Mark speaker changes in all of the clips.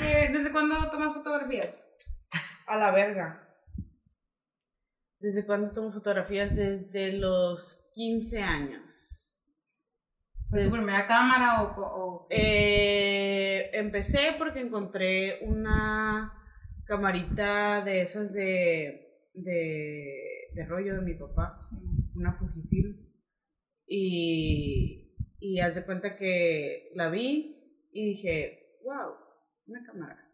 Speaker 1: que, ¿desde cuándo tomas fotografías?
Speaker 2: A la verga. ¿Desde cuándo tomo fotografías? Desde los 15 años.
Speaker 1: ¿Fue
Speaker 2: Pues,
Speaker 1: tu primera cámara o, o-
Speaker 2: Eh, empecé porque encontré una camarita de esas de, de, de rollo de mi papá, una Fujifilm. Y, y haz de cuenta que la vi y dije, wow, una cámara.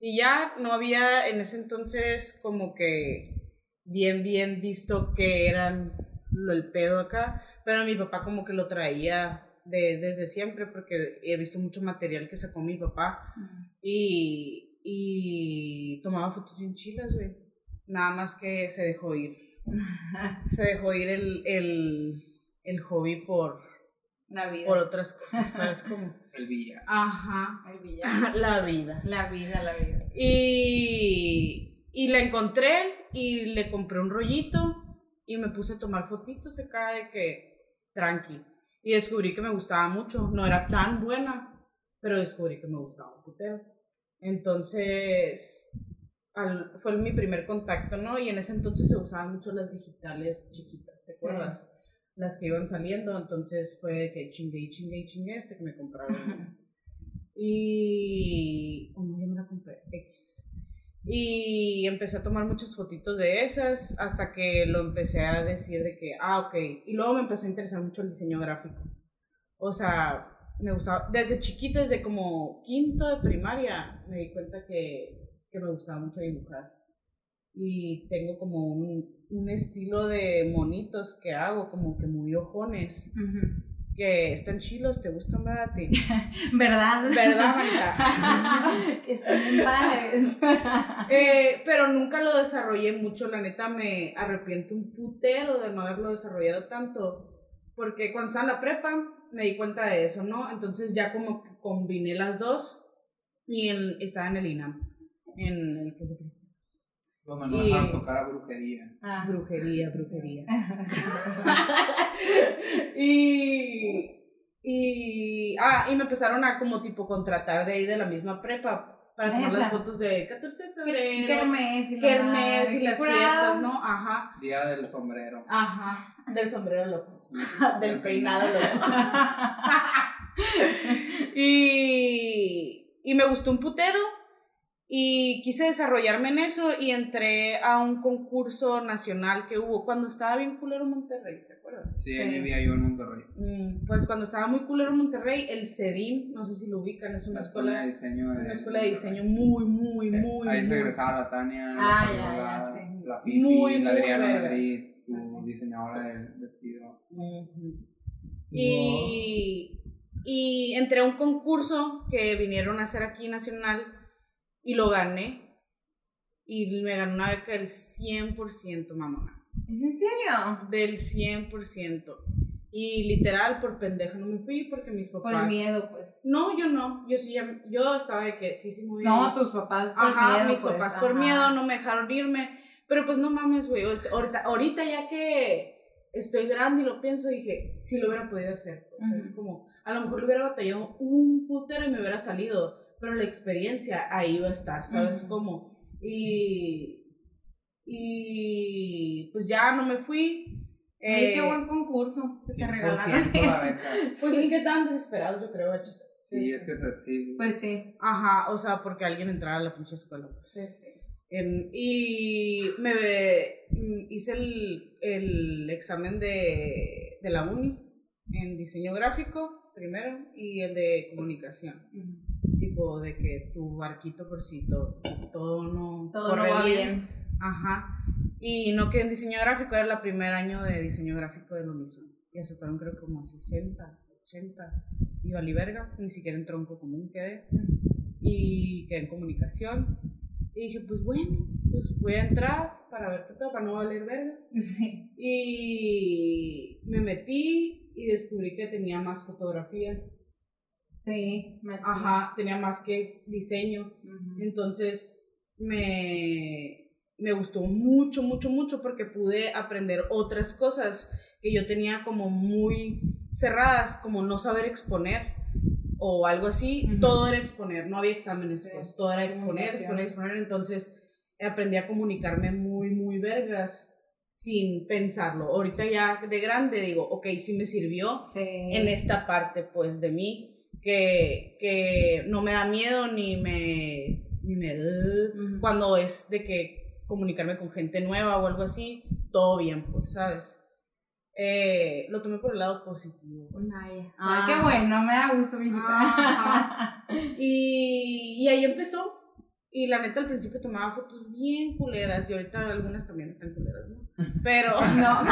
Speaker 2: Y ya no había en ese entonces como que bien, bien visto que eran lo, el pedo acá, pero mi papá como que lo traía de- desde siempre porque he visto mucho material que sacó mi papá y, y tomaba fotos bien chilas, güey. Nada más que se dejó ir. Se dejó ir el, el, el hobby por,
Speaker 1: la vida?
Speaker 2: por otras cosas, ¿sabes cómo?
Speaker 3: El Villa.
Speaker 2: Ajá,
Speaker 1: El villano.
Speaker 2: la vida.
Speaker 1: La vida, la vida.
Speaker 2: Y, y la encontré y le compré un rollito y me puse a tomar fotitos acá de que tranqui. Y descubrí que me gustaba mucho. No era tan buena, pero descubrí que me gustaba un putero. Entonces, al- fue mi primer contacto, ¿no? Y en ese entonces se usaban mucho las digitales chiquitas, ¿te acuerdas? Las que iban saliendo, entonces fue de que chingue y chingue y chingue hasta que me compraron una. Y. oh, no, yo me la compré, X. Y empecé a tomar muchas fotitos de esas hasta que lo empecé a decir de que, ah, ok. Y luego me empezó a interesar mucho el diseño gráfico. O sea, me gustaba, desde chiquita, desde como quinto de primaria, me di cuenta que, que me gustaba mucho dibujar. Y tengo como un, un estilo de monitos que hago, como que muy ojones,
Speaker 1: Ujú.
Speaker 2: que están chilos, te gustan, ¿verdad? a ti?
Speaker 1: ¿Verdad?
Speaker 2: ¿Verdad, Marta?
Speaker 1: que están bien padres.
Speaker 2: Eh, pero nunca lo desarrollé mucho, la neta me arrepiento un putero de no haberlo desarrollado tanto, porque cuando estaba en la prepa me di cuenta de eso, ¿no? Entonces ya como que combiné las dos y en- estaba en el INAM, en el que se
Speaker 3: Donde no
Speaker 2: Y-
Speaker 3: dejaron tocar a brujería.
Speaker 1: Ah.
Speaker 2: brujería, brujería. y, y, ah, y me empezaron a como tipo contratar de ahí de la misma prepa para tomar
Speaker 1: Neta.
Speaker 2: las fotos de 14 de febrero.
Speaker 1: Kermés y la
Speaker 2: Kermés
Speaker 1: madre,
Speaker 2: y las
Speaker 1: curado.
Speaker 2: fiestas, ¿no? Ajá,
Speaker 3: Día del sombrero.
Speaker 2: ajá. Del sombrero loco. Del
Speaker 3: Del peinado.
Speaker 2: peinado loco. y, y me gustó un putero y quise desarrollarme en eso y entré a un concurso nacional que hubo cuando estaba bien culero Monterrey, ¿se acuerdan?
Speaker 3: Sí,
Speaker 1: Sí.
Speaker 3: ahí vivía yo en Monterrey.
Speaker 2: Mm, Pues cuando estaba muy culero Monterrey, el E CEDIM, no sé si lo ubican, es
Speaker 3: La
Speaker 2: una
Speaker 3: escuela
Speaker 2: escuela,
Speaker 3: de diseño. de-
Speaker 2: una escuela de diseño muy, muy,
Speaker 3: Eh,
Speaker 2: muy,
Speaker 3: Ahí se
Speaker 2: muy
Speaker 3: egresaba la Tania,
Speaker 1: Ah,
Speaker 3: la,
Speaker 1: ya,
Speaker 3: Fabiola,
Speaker 1: ya, sí.
Speaker 3: la Fifi,
Speaker 2: Muy,
Speaker 3: la
Speaker 2: muy
Speaker 3: Adriana
Speaker 2: verga.
Speaker 3: Madrid, tu diseñadora del vestido.
Speaker 2: Ujú. Y, y entré a un concurso que vinieron a hacer aquí nacional y lo gané. Y me gané una beca del 100%, mamá.
Speaker 1: ¿Es en serio?
Speaker 2: Del 100%. Y literal, por pendejo no me fui porque mis papás.
Speaker 1: Por el miedo, pues.
Speaker 2: No, yo no. Yo sí, ya- yo estaba de que sí, sí, muy
Speaker 1: No, tus papás por
Speaker 2: Ajá,
Speaker 1: miedo.
Speaker 2: mis
Speaker 1: pues,
Speaker 2: papás por
Speaker 1: ajá.
Speaker 2: miedo no me dejaron irme. Pero pues no mames, güey. o sea, Ahorita, ahorita ya que estoy grande y lo pienso, dije, sí lo hubiera podido hacer. O sea, es
Speaker 1: Ujú.
Speaker 2: como, a lo mejor le hubiera batallado un putero y me hubiera salido. Pero la experiencia ahí va a estar, ¿sabes
Speaker 1: Ujú.
Speaker 2: cómo? Y. Y. Pues ya no me fui.
Speaker 1: Oye, qué
Speaker 2: eh,
Speaker 1: buen concurso que te
Speaker 3: 100%
Speaker 1: regalaron.
Speaker 3: la beca.
Speaker 2: Pues es que estaban desesperados, yo creo, gachito.
Speaker 3: Sí, es que se- sí.
Speaker 1: Pues sí,
Speaker 2: Ajá, o sea, porque alguien entrara a la pinche escuela. pues.
Speaker 1: pues sí.
Speaker 2: En- y me ve- mm, hice el, el examen de, de la uni en diseño gráfico primero y el de comunicación.
Speaker 1: Ujú.
Speaker 2: Tipo de que tu barquito por si to- todo no
Speaker 1: Todo no
Speaker 2: corre
Speaker 1: va bien.
Speaker 2: Ajá. Y no que en diseño gráfico era el primer año de diseño gráfico de lo mismo. Y aceptaron creo como a 60, 80. Y valí verga, ni siquiera en tronco común quedé y quedé en comunicación. Y dije, pues bueno, pues voy a entrar para ver qué pedo, para no valer verga.
Speaker 1: Sí.
Speaker 2: Y me metí y descubrí que tenía más fotografía.
Speaker 1: Sí. me-
Speaker 2: Ajá, tenía más que diseño.
Speaker 1: Ujú.
Speaker 2: Entonces me, me gustó mucho, mucho, mucho porque pude aprender otras cosas que yo tenía como muy cerradas, como no saber exponer. o algo así,
Speaker 1: Ujú.
Speaker 2: todo era exponer, no había exámenes,
Speaker 1: Sí.
Speaker 2: pues, todo era exponer, exponer,
Speaker 1: Comunicación.
Speaker 2: exponer, entonces aprendí a comunicarme muy, muy vergas sin pensarlo. Ahorita ya de grande digo, ok, sí me sirvió
Speaker 1: Sí.
Speaker 2: en esta parte pues de mí, que, que no me da miedo ni me... Ni me
Speaker 1: Ujú.
Speaker 2: Cuando es de que comunicarme con gente nueva o algo así, todo bien, pues, ¿sabes? Eh, lo tomé por el lado positivo. güey.
Speaker 1: Naya.
Speaker 2: Ah.
Speaker 1: E. Ay, qué bueno, me da gusto, mi
Speaker 2: Ajá. Y, y ahí empezó. Y la neta, al principio tomaba fotos bien culeras. Y ahorita algunas también están culeras, ¿no? Pero.
Speaker 1: No,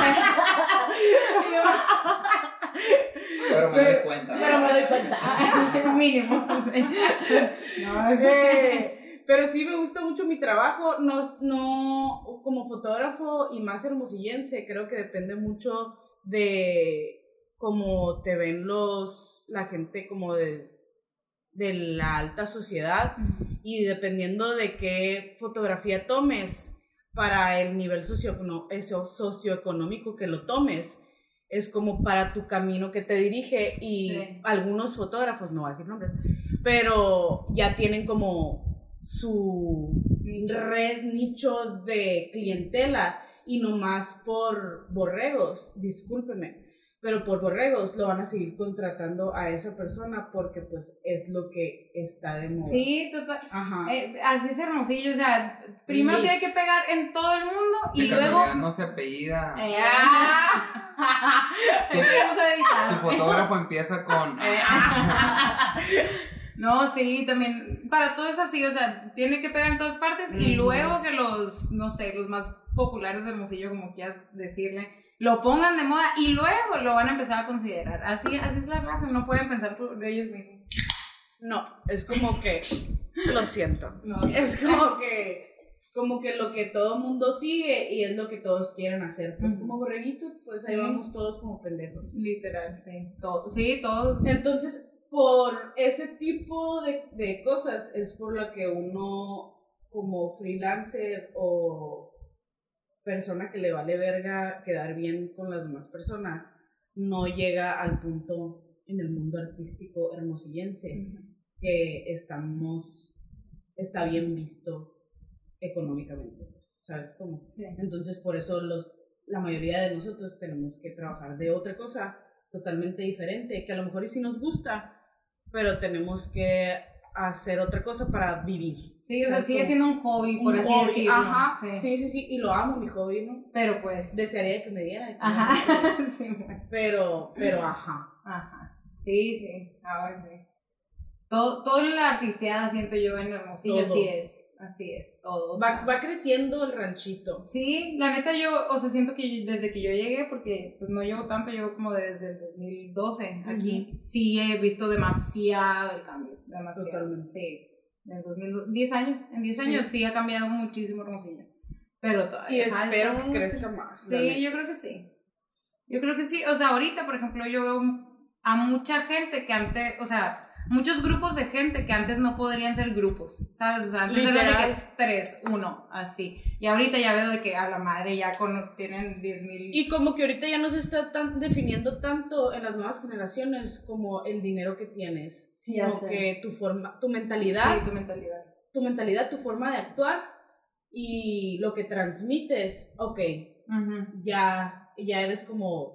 Speaker 3: Pero me doy cuenta.
Speaker 2: Pero me doy cuenta. Mínimo.
Speaker 1: no, es
Speaker 2: Eh, Pero sí me gusta mucho mi trabajo. No, no, como fotógrafo y más hermosillense, creo que depende mucho de cómo te ven los la gente como de, de la alta sociedad y dependiendo de qué fotografía tomes para el nivel socioecono- eso- socioeconómico que lo tomes, es como para tu camino que te dirige y
Speaker 1: Sí.
Speaker 2: algunos fotógrafos, no voy a decir nombres, pero ya tienen como su red nicho de clientela y no más por borregos, discúlpeme, pero por borregos lo van a seguir contratando a esa persona porque pues es lo que está de moda.
Speaker 1: Sí, total.
Speaker 2: Ajá.
Speaker 1: Eh, así es hermosillo, o sea, primero
Speaker 2: Ah. Mix.
Speaker 1: tiene que pegar en todo el mundo y
Speaker 3: De
Speaker 1: luego.
Speaker 3: casualidad no se apellida.
Speaker 1: Eh, ah. Eso ya no se
Speaker 3: Tu
Speaker 1: edita.
Speaker 3: fotógrafo empieza con.
Speaker 1: Eh, No, sí, también. Para todo es así, o sea, tiene que pegar en todas partes y
Speaker 2: Ujú.
Speaker 1: luego que los, no sé, los más populares de Hermosillo, como quieras decirle, lo pongan de moda y luego lo van a empezar a considerar. Así, así es la raza, no pueden pensar por ellos mismos.
Speaker 2: No, es como que lo siento.
Speaker 1: No.
Speaker 2: Es como que como que lo que todo mundo sigue y es lo que todos quieren hacer. Pues
Speaker 1: Ujú.
Speaker 2: como borreguitos, pues ahí
Speaker 1: Sí.
Speaker 2: vamos todos como pendejos.
Speaker 1: Literal, sí. Todo, sí, todos.
Speaker 2: Entonces, por ese tipo de, de cosas es por lo que uno como freelancer o persona que le vale verga quedar bien con las demás personas no llega al punto en el mundo artístico hermosillense que estamos, está bien visto económicamente, pues, ¿sabes cómo?
Speaker 1: Sí.
Speaker 2: Entonces, por eso los, la mayoría de nosotros tenemos que trabajar de otra cosa totalmente diferente, que a lo mejor y sí nos gusta, pero tenemos que hacer otra cosa para vivir.
Speaker 1: Sí, o sea,
Speaker 2: Exacto.
Speaker 1: sigue siendo un hobby, por
Speaker 2: Un
Speaker 1: así
Speaker 2: hobby,
Speaker 1: decirlo.
Speaker 2: Ajá,
Speaker 1: sí.
Speaker 2: sí. sí, sí, y lo amo, mi hobby, ¿no?
Speaker 1: Pero pues.
Speaker 2: Desearía que me diera. que me diera,
Speaker 1: Ajá. sí, bueno.
Speaker 2: Pero, pero, ajá.
Speaker 1: Ajá. Sí, sí. Ahora sí. Todo, todo la artisteada siento yo en Hermosillo,
Speaker 2: Todo.
Speaker 1: así es. Así es, todo. o sea.
Speaker 2: Va, va creciendo el ranchito.
Speaker 1: Sí, la neta yo, o sea, siento que yo- desde que yo llegué, porque pues no llevo tanto, llevo como desde el 2012 aquí, sí he visto demasiado el cambio, demasiado.
Speaker 2: Totalmente.
Speaker 1: Sí, en 2012, 10 años, en 10
Speaker 2: Sí.
Speaker 1: años sí ha cambiado muchísimo Hermosillo, pero todavía
Speaker 2: Y
Speaker 1: falta
Speaker 2: espero que
Speaker 1: mucho.
Speaker 2: crezca más. la
Speaker 1: Sí, yo creo que sí. Yo creo que sí. O sea, ahorita, por ejemplo, yo veo a mucha gente que antes, o sea, muchos grupos de gente que antes no podrían ser grupos, ¿sabes? O sea, antes eran de que
Speaker 2: Literal.
Speaker 1: tres, uno, así. Y ahorita ya veo de que a la madre ya con, tienen diez mil.
Speaker 2: Y como que ahorita ya no se está tan definiendo tanto en las nuevas generaciones como el dinero que tienes,
Speaker 1: Sí, ya
Speaker 2: sino
Speaker 1: sé.
Speaker 2: que tu forma, tu mentalidad,
Speaker 1: Sí, tu mentalidad.
Speaker 2: tu mentalidad, tu forma de actuar y lo que transmites, ok,
Speaker 1: Ujú.
Speaker 2: ya, ya eres como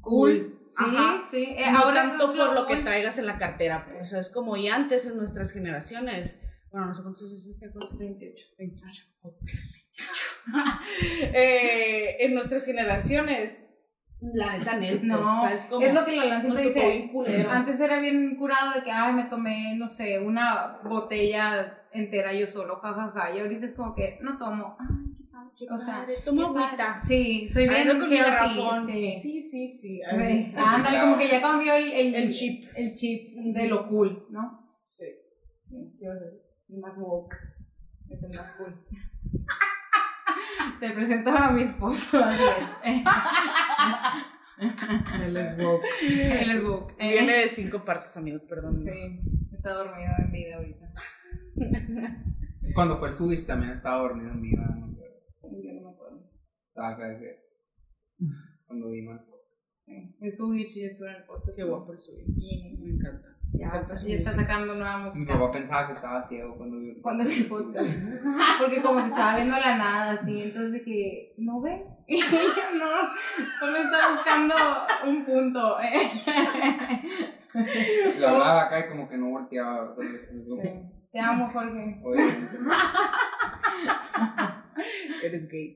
Speaker 1: Cool. Sí,
Speaker 2: Ajá.
Speaker 1: sí. Eh,
Speaker 2: no
Speaker 1: ahora
Speaker 2: tanto
Speaker 1: eso es
Speaker 2: por lo que
Speaker 1: cool.
Speaker 2: traigas en la cartera,
Speaker 1: Sí.
Speaker 2: pues es como y antes en nuestras generaciones, bueno, no sé cuántos años hiciste, ¿cuántos?
Speaker 1: 28.
Speaker 2: 28. Eh, en nuestras generaciones, la neta, neta,
Speaker 1: No,
Speaker 2: ¿sabes cómo?
Speaker 1: Es lo que la Lanza
Speaker 2: Nos
Speaker 1: te
Speaker 2: tocó
Speaker 1: dice.
Speaker 2: bien culero.
Speaker 1: Antes era bien curado de que, ay, me tomé, no sé, una botella entera yo solo, jajaja. Y ahorita es como que no tomo. Ay, qué padre.
Speaker 2: Qué
Speaker 1: o sea,
Speaker 2: padre, toma
Speaker 1: qué padre.
Speaker 2: agüita.
Speaker 1: Sí, soy bien
Speaker 2: Ando con mi
Speaker 1: healthy,
Speaker 2: garrafón.
Speaker 1: sí.
Speaker 2: Sí, sí, sí.
Speaker 1: Sí.
Speaker 2: ay,
Speaker 1: Ah, Ándale, como que ya cambió el, el,
Speaker 2: El chip.
Speaker 1: El chip de lo cool, ¿no?
Speaker 2: sí.
Speaker 1: El más woke. Es el más cool. Te presento a mi esposo. así es.
Speaker 2: Él es woke.
Speaker 1: Él es woke. Eh,
Speaker 2: Viene de cinco partos, amigos, perdón.
Speaker 1: Sí, está dormido en vida ahorita.
Speaker 3: Cuando fue el Switch también estaba dormido en viva.
Speaker 1: Yo no me acuerdo.
Speaker 3: Estaba acá de que. Cuando vino.
Speaker 1: Sí. El Zugich ya estuvo en el podcast.
Speaker 2: Qué guapo el suyo.
Speaker 1: Sí.
Speaker 2: Me encanta.
Speaker 1: Ya, pues,
Speaker 2: Podcast
Speaker 1: ya está
Speaker 2: Zugich.
Speaker 1: sacando nueva
Speaker 3: Mi
Speaker 1: música.
Speaker 3: papá pensaba que estaba ciego cuando vio
Speaker 1: Cuando vi el podcast. Porque como se estaba viendo la nada, así, entonces de que, ¿no ve? Y yo, no, solo está buscando un punto.
Speaker 3: Le hablaba acá y como que no volteaba. Oye,
Speaker 1: Te amo, Jorge.
Speaker 2: Eres gay.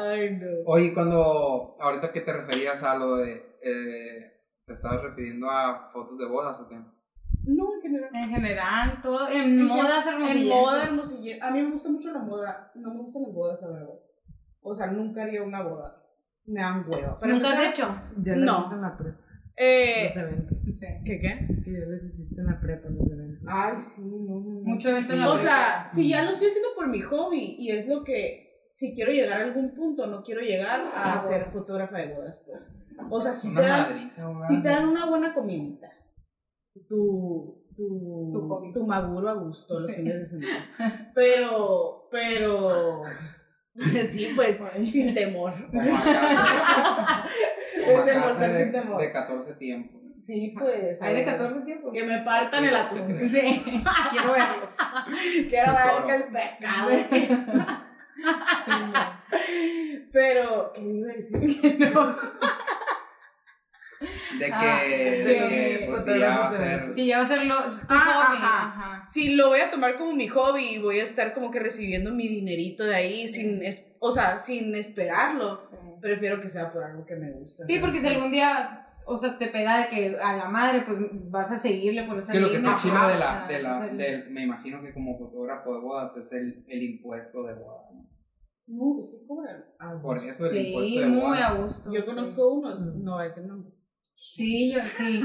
Speaker 2: Ay, no.
Speaker 3: Oye, cuando ahorita que te referías a lo de, eh, te estabas refiriendo a fotos de bodas o qué?
Speaker 2: No, en general.
Speaker 1: En general, todo, en modas
Speaker 2: En
Speaker 1: hermosillas.
Speaker 2: moda, hermosillenses. A mí me gusta mucho la moda. No me gustan las bodas, la verdad. O sea, nunca haría una boda. Me dan hueva. Para
Speaker 1: ¿Nunca has
Speaker 2: empezar-
Speaker 1: hecho?
Speaker 4: Ya les
Speaker 2: No.
Speaker 4: hice en la prepa
Speaker 2: Eh,
Speaker 4: los eventos.
Speaker 1: Sí.
Speaker 2: ¿Qué qué?
Speaker 4: Que ya les hiciste en la prepa los eventos.
Speaker 2: Ay, sí, no, no, no.
Speaker 1: Mucho evento en la
Speaker 2: O
Speaker 1: prepa.
Speaker 2: sea, si ya lo estoy haciendo por mi hobby y es lo que, si quiero llegar a algún punto, no quiero llegar
Speaker 1: Ah,
Speaker 2: a ser fotógrafa de bodas, pues. O sea, si te
Speaker 3: Una
Speaker 2: dan,
Speaker 3: madriza, güey.
Speaker 2: si te dan una buena comidita, tu, tu,
Speaker 1: Tu hobby.
Speaker 2: tu maguro a gusto los
Speaker 1: Sí.
Speaker 2: fines de semana. Pero, pero, sí, pues, sin temor.
Speaker 3: Como acá, como
Speaker 2: Ese
Speaker 3: acá
Speaker 2: mortal
Speaker 3: hace
Speaker 2: sin
Speaker 3: de,
Speaker 2: temor.
Speaker 3: de 14 tiempos.
Speaker 2: Sí, pues.
Speaker 1: ¿Hay de
Speaker 2: eh,
Speaker 1: 14 tiempos?
Speaker 2: Que me partan el atún.
Speaker 1: Sí, quiero verlos.
Speaker 2: Quiero
Speaker 3: Su
Speaker 2: ver
Speaker 3: toro.
Speaker 2: que el pecado. Pero, ¿qué iba a decir? No.
Speaker 3: De que,
Speaker 1: Ah,
Speaker 3: de
Speaker 1: de
Speaker 3: que,
Speaker 1: que
Speaker 3: pues sí, ya va a ser.
Speaker 1: Sí, ya va a ser lo, tu
Speaker 2: Ah,
Speaker 1: hobby.
Speaker 2: ajá. Si lo voy a tomar como mi hobby y voy a estar como que recibiendo mi dinerito de ahí sin, es- o sea, sin esperarlo,
Speaker 1: ajá.
Speaker 2: prefiero que sea por algo que me gusta.
Speaker 1: Sí, porque si algún día, o sea, te pega de que a la madre, pues vas a seguirle por esa
Speaker 3: Sí, lo que
Speaker 1: línea,
Speaker 3: está chido
Speaker 1: ajá,
Speaker 3: de
Speaker 1: o sea,
Speaker 3: la, de la,
Speaker 1: es el-
Speaker 3: del- me imagino que como fotógrafo de bodas es el, el impuesto de bodas. ¿no?
Speaker 2: No, que sí cobran.
Speaker 3: Por eso el
Speaker 1: Sí,
Speaker 3: impuesto de
Speaker 1: muy a
Speaker 3: bodas.
Speaker 1: gusto.
Speaker 2: Yo
Speaker 1: sí.
Speaker 2: conozco uno, no, ese no.
Speaker 1: Sí, yo, sí.